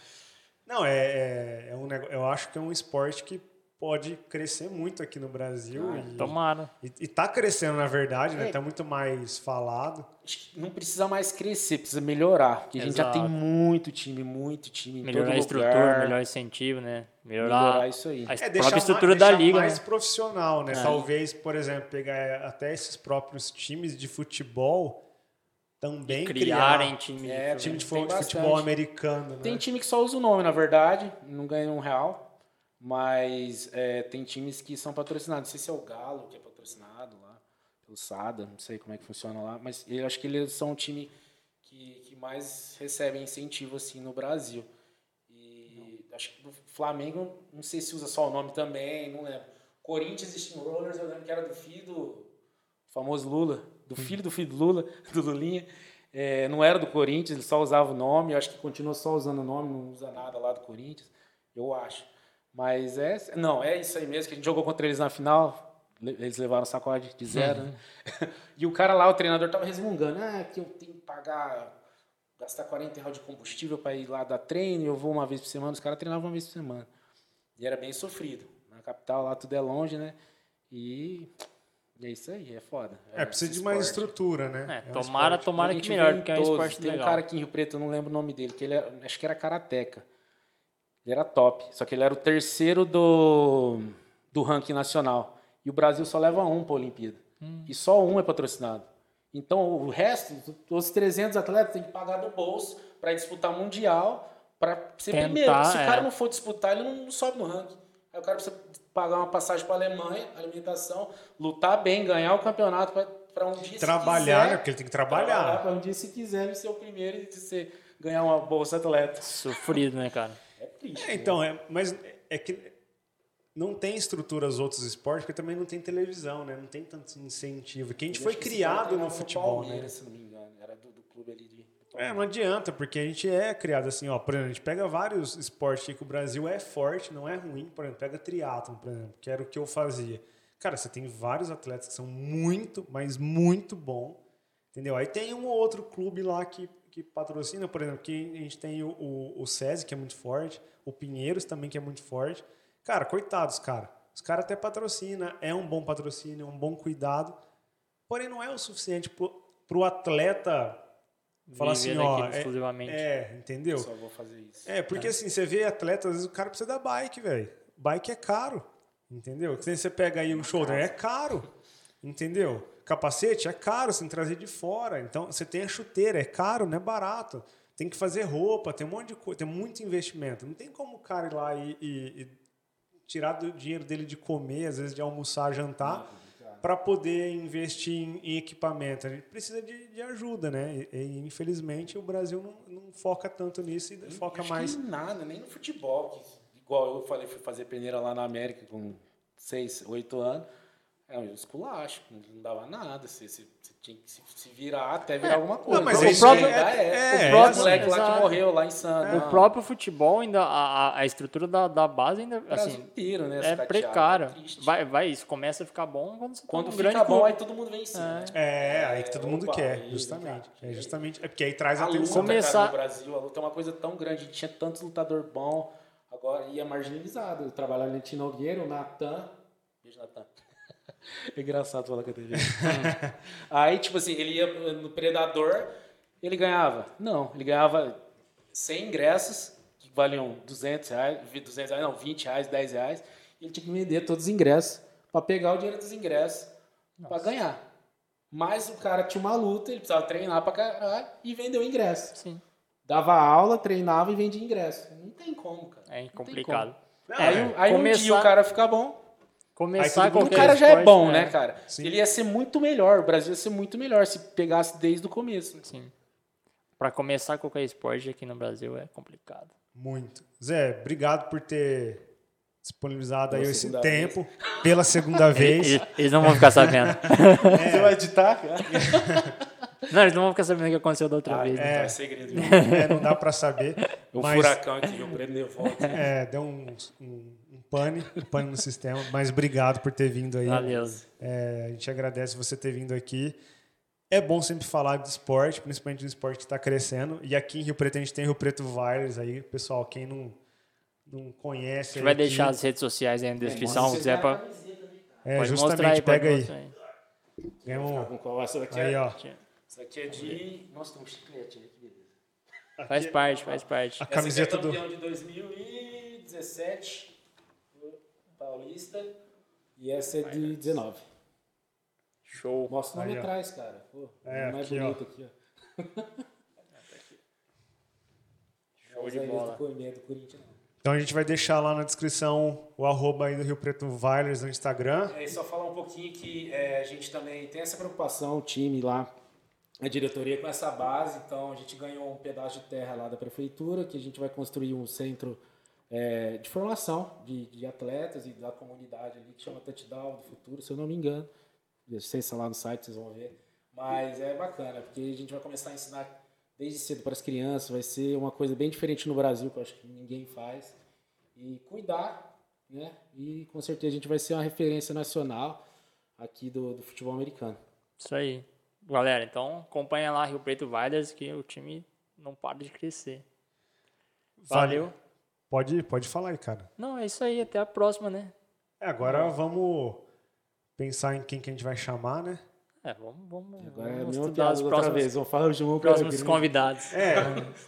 Speaker 2: Não, é, é, é um negócio. Eu acho que é um esporte que pode crescer muito aqui no Brasil.
Speaker 3: Ah,
Speaker 2: e,
Speaker 1: Tomara.
Speaker 2: e, e tá crescendo, na verdade, né?
Speaker 3: É.
Speaker 2: Tá muito mais falado.
Speaker 3: Acho que Não precisa mais crescer, precisa melhorar. Porque a gente já
Speaker 1: Exato.
Speaker 3: tem muito time, muito time. Em
Speaker 1: Melhorar
Speaker 3: todo
Speaker 1: a estrutura,
Speaker 3: lugar,
Speaker 1: melhor incentivo, né? Melhorar,
Speaker 3: melhorar isso aí.
Speaker 1: a
Speaker 2: É
Speaker 1: própria
Speaker 2: deixar
Speaker 1: estrutura
Speaker 2: mais,
Speaker 1: da
Speaker 2: deixar
Speaker 1: liga.
Speaker 2: mais
Speaker 1: né?
Speaker 2: profissional, né? Talvez, por exemplo, pegar é, até esses próprios times de futebol também
Speaker 1: Criarem
Speaker 2: criar
Speaker 1: time
Speaker 3: É,
Speaker 2: time de
Speaker 3: Tem
Speaker 2: futebol, de
Speaker 3: bastante.
Speaker 2: futebol americano, né?
Speaker 3: Tem time que só usa o nome, na verdade, não ganha um real, mas é, tem times que são patrocinados. Não sei se é o Galo que é patrocinado lá, pelo Sada, não sei como é que funciona lá, mas eu acho que eles são o time que, que mais recebe incentivo assim no Brasil. E acho que o Flamengo, não sei se usa só o nome também, não lembro. Corinthians e Steamrollers, eu lembro que era do filho do famoso Lula, do filho do filho do Lula, [laughs] do Lulinha. É, não era do Corinthians, ele só usava o nome. Eu acho que continua só usando o nome, não usa nada lá do Corinthians, eu acho. Mas é. Não, é isso aí mesmo, que a gente jogou contra eles na final. le- Eles levaram sacode de zero, né? [laughs] E o cara lá, o treinador, tava resmungando: ah, que eu tenho que pagar, gastar 40 reais de combustível para ir lá dar treino, eu vou uma vez por semana. Os caras treinavam uma vez por semana. E era bem sofrido. Na capital lá tudo é longe, né? E. e é isso aí, é foda.
Speaker 2: É, precisa
Speaker 3: esse
Speaker 2: de mais
Speaker 3: esporte.
Speaker 2: estrutura, né?
Speaker 1: É,
Speaker 2: um
Speaker 1: tomara,
Speaker 2: esporte.
Speaker 1: tomara
Speaker 3: A gente
Speaker 1: que melhore,
Speaker 3: vê em
Speaker 1: porque é um
Speaker 3: todos.
Speaker 1: esporte
Speaker 3: Tem
Speaker 1: legal.
Speaker 3: um cara aqui em Rio Preto, eu não lembro o nome dele, que ele era- acho que era karateca. Ele era top, só que ele era o terceiro do, do ranking nacional. E o Brasil só leva um para a Olimpíada.
Speaker 1: Hum.
Speaker 3: E só um é patrocinado. Então o resto, os 300 atletas têm que pagar do bolso para disputar mundial, para ser
Speaker 1: Tentar,
Speaker 3: primeiro. Se o
Speaker 1: é.
Speaker 3: cara não for disputar, ele não, não sobe no ranking. Aí o cara precisa pagar uma passagem para Alemanha, alimentação, lutar bem, ganhar o campeonato para um dia se
Speaker 2: Trabalhar, né?
Speaker 3: quiser,
Speaker 2: Porque ele tem que trabalhar.
Speaker 3: para um dia, se quiser, ele ser o primeiro e ser, ganhar uma bolsa atleta.
Speaker 1: Sofrido, né,
Speaker 2: [laughs]
Speaker 1: cara?
Speaker 3: É triste.
Speaker 2: É, então, é, mas é que não tem estrutura os outros esportes, porque também não tem televisão, né? Não tem tanto incentivo.
Speaker 3: né?
Speaker 2: Que a gente foi criado no futebol, né?
Speaker 3: um Se não me engano, era do, do clube ali de. do
Speaker 2: É,
Speaker 3: Palmeiras.
Speaker 2: não adianta, porque a gente é criado assim, ó. Por exemplo, a gente pega vários esportes aí que o Brasil é forte, não é ruim. Por exemplo, pega triatlon, por exemplo, que era o que eu fazia. Cara, você tem vários atletas que são muito, mas muito bom, entendeu? Aí tem um ou outro clube lá que, que patrocina, por exemplo, que a gente tem o, o, o SESI, que é muito forte, o Pinheiros também, que é muito forte. Cara, coitados, cara. Os caras até patrocina, é um bom patrocínio, é um bom cuidado, porém não é o suficiente para o atleta falar assim,
Speaker 1: Viver
Speaker 2: ó,
Speaker 1: daquilo
Speaker 2: é,
Speaker 1: exclusivamente.
Speaker 2: é, entendeu?
Speaker 3: Eu só vou fazer isso.
Speaker 2: É, porque assim, você vê atleta, às vezes o cara precisa da bike, velho. Bike é caro, entendeu? Que nem você pega aí o shoulder, é caro, entendeu? Capacete é caro, você tem que trazer de fora. Então, você tem a chuteira, é caro, não é barato. Tem que fazer roupa, tem um monte de coisa, tem muito investimento. Não tem como o cara ir lá e, e- e tirar do dinheiro dele de comer, às vezes de almoçar, jantar,
Speaker 3: é
Speaker 2: para poder investir em, em equipamento. A gente precisa de, de ajuda, né? E, e, infelizmente o Brasil não, não foca tanto nisso e foca
Speaker 3: Acho que
Speaker 2: mais.
Speaker 3: em nada, nem no futebol. que- igual eu falei, fui fazer peneira lá na América com 6, 8 anos. É um esculacho, não dava nada. Você, você- você tinha que se, se virar até virar alguma coisa.
Speaker 2: É, mas
Speaker 3: o
Speaker 1: isso
Speaker 3: próprio,
Speaker 2: aí é- é,
Speaker 3: o próprio
Speaker 1: é,
Speaker 3: moleque lá que
Speaker 1: exato.
Speaker 3: morreu lá em Santos.
Speaker 1: O próprio futebol ainda, a, a- a estrutura da, da base ainda,
Speaker 3: Brasil
Speaker 1: assim,
Speaker 3: inteiro, né?
Speaker 1: é
Speaker 3: sucateado,
Speaker 1: precária.
Speaker 3: triste.
Speaker 1: Vai, vai, isso começa a ficar bom quando você
Speaker 3: Quando
Speaker 1: tem um
Speaker 3: fica
Speaker 1: grande
Speaker 3: bom,
Speaker 1: clube.
Speaker 3: aí todo mundo vem em cima. né?
Speaker 2: É, aí que todo mundo
Speaker 3: opa,
Speaker 2: quer,
Speaker 3: aí,
Speaker 2: justamente.
Speaker 3: cara,
Speaker 2: É justamente. É porque aí traz
Speaker 3: A luta,
Speaker 2: atenção.
Speaker 1: Come- Começar-
Speaker 3: cara, no Brasil, a luta é uma coisa tão grande. Tinha tantos lutador bom, agora e é marginalizado. Eu trabalhava no Tino Nogueira, o Natan. Beijo, Natan. [laughs] É engraçado falar que eu tenho. [laughs] Aí, tipo assim, ele ia no Predador, ele ganhava. Não, ele ganhava 100 ingressos, que valiam 200 reais, 200 reais, não, 20 reais, 10 reais. E ele tinha que vender todos os ingressos para pegar o dinheiro dos ingressos para ganhar. Mas o cara tinha uma luta, ele precisava treinar pra caralho e vendeu ingresso.
Speaker 1: Sim,
Speaker 3: Dava aula, treinava e vendia ingresso. Não tem como, cara.
Speaker 1: é
Speaker 3: Não tem
Speaker 1: complicado.
Speaker 2: Não,
Speaker 1: É,
Speaker 3: como. Aí,
Speaker 2: é.
Speaker 3: um- aí um dia
Speaker 1: Começar-
Speaker 3: o cara fica bom.
Speaker 1: Começar
Speaker 2: Aí todo
Speaker 3: O
Speaker 1: qualquer
Speaker 2: mundo-
Speaker 3: cara já é
Speaker 1: esporte,
Speaker 3: bom, né, cara?
Speaker 2: Sim.
Speaker 3: Ele ia ser muito melhor. O Brasil ia ser muito melhor se pegasse desde o começo. né?
Speaker 1: Sim. Pra começar qualquer esporte aqui no Brasil é complicado.
Speaker 2: Muito. Zé, obrigado por ter disponibilizado aí
Speaker 3: Pela
Speaker 2: esse
Speaker 3: segunda
Speaker 2: tempo pela segunda vez.
Speaker 1: Eles, eles não vão ficar sabendo. [laughs]
Speaker 3: Você vai editar, [laughs] cara?
Speaker 1: Não, eles não vão ficar sabendo o que aconteceu da outra
Speaker 3: Ah,
Speaker 1: vez.
Speaker 3: então
Speaker 1: né?
Speaker 3: é segredo. viu?
Speaker 2: É, não dá pra saber.
Speaker 3: É um
Speaker 2: mas,
Speaker 3: furacão aqui, viu? O prêmio nevou.
Speaker 2: é, deu um, um, um pane, um pane no sistema. Mas obrigado por ter vindo aí.
Speaker 1: Valeu.
Speaker 2: É, a gente agradece você ter vindo aqui. É bom sempre falar de esporte, tá principalmente de esporte que está crescendo. E aqui em Rio Preto a gente tem Rio Preto Wireless aí, pessoal. Quem não, não conhece.
Speaker 1: A gente vai
Speaker 2: aí, que-
Speaker 1: deixar as redes sociais
Speaker 3: É,
Speaker 1: aí na descrição, se quiser pra,
Speaker 2: É,
Speaker 1: pode mostrar aí.
Speaker 2: justamente,
Speaker 1: pode
Speaker 2: pega aí.
Speaker 1: mostrar aí.
Speaker 2: Ganha um.
Speaker 3: Com qual essa daqui
Speaker 2: Aí,
Speaker 3: é?
Speaker 2: ó.
Speaker 3: Essa aqui é de. Nossa, tem um chiclete aí, que beleza.
Speaker 1: Faz parte, faz parte.
Speaker 2: A camiseta
Speaker 3: essa aqui é
Speaker 2: do.
Speaker 3: campeão de 2017, né, paulista. E essa é
Speaker 1: né?
Speaker 3: de 19.
Speaker 1: Show.
Speaker 3: Mostra o nome
Speaker 2: Aí, ó.
Speaker 3: atrás, cara. Pô,
Speaker 2: É,
Speaker 3: o mais
Speaker 2: aqui, ó.
Speaker 3: bonito aqui, ó.
Speaker 1: [laughs]
Speaker 3: [laughs]
Speaker 1: Show
Speaker 3: Os
Speaker 1: de
Speaker 3: zagueiros
Speaker 1: bola.
Speaker 3: Do Corinthians, do Corinthians, né? não.
Speaker 2: Então a gente vai deixar lá na descrição o arroba aí do Rio Preto Vilers no Instagram.
Speaker 3: É, e só falar um pouquinho que é, a gente também tem essa preocupação, o time lá, a diretoria com essa base, então a gente ganhou um pedaço de terra lá da prefeitura, que a gente vai construir um centro é, de formação de, de atletas e da comunidade ali, que chama Touchdown do Futuro, se eu não me engano. Licença é lá no site, vocês vão ver. Mas é bacana, porque a gente vai começar a ensinar desde cedo para as crianças, vai ser uma coisa bem diferente no Brasil, que eu acho que ninguém faz. E cuidar, né? E com certeza a gente vai ser uma referência nacional aqui do, do futebol americano.
Speaker 1: Isso aí. Galera, então acompanha lá Rio Preto Riders que o time não para de crescer. Valeu.
Speaker 2: Pode, pode falar aí, cara.
Speaker 1: Não, é isso aí. Até a próxima, né?
Speaker 2: É, agora vamos pensar em quem que a gente vai chamar, né?
Speaker 1: É, vamos, vamos,
Speaker 3: Agora é a
Speaker 1: vamos
Speaker 3: mesma
Speaker 1: estudar
Speaker 3: piada
Speaker 1: os
Speaker 3: da outra
Speaker 1: próximos,
Speaker 3: vez. Vamos falar o João
Speaker 1: próximos convidados.
Speaker 2: É,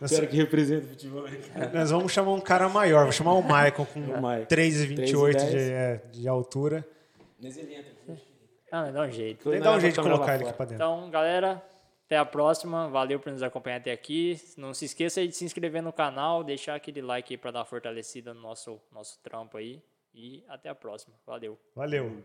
Speaker 2: nós,
Speaker 3: Espero que represente o futebol americano.
Speaker 2: nós vamos chamar um cara maior, vou chamar o Michael com
Speaker 3: O
Speaker 2: 3,28
Speaker 3: Michael. 3,10.
Speaker 2: de, é, de altura.
Speaker 3: Mas ele entra. gente.
Speaker 1: Ah, dá um jeito.
Speaker 2: Tem que dar um jeito de
Speaker 3: Câmera lá
Speaker 2: colocar ele
Speaker 3: fora.
Speaker 2: aqui pra dentro.
Speaker 1: Então, galera, até a próxima. Valeu por nos acompanhar até aqui. Não se esqueça aí de se inscrever no canal, deixar aquele like aí pra dar uma fortalecida no
Speaker 3: Então-
Speaker 1: nosso, nosso trampo aí. E até a próxima. Valeu.
Speaker 2: Valeu.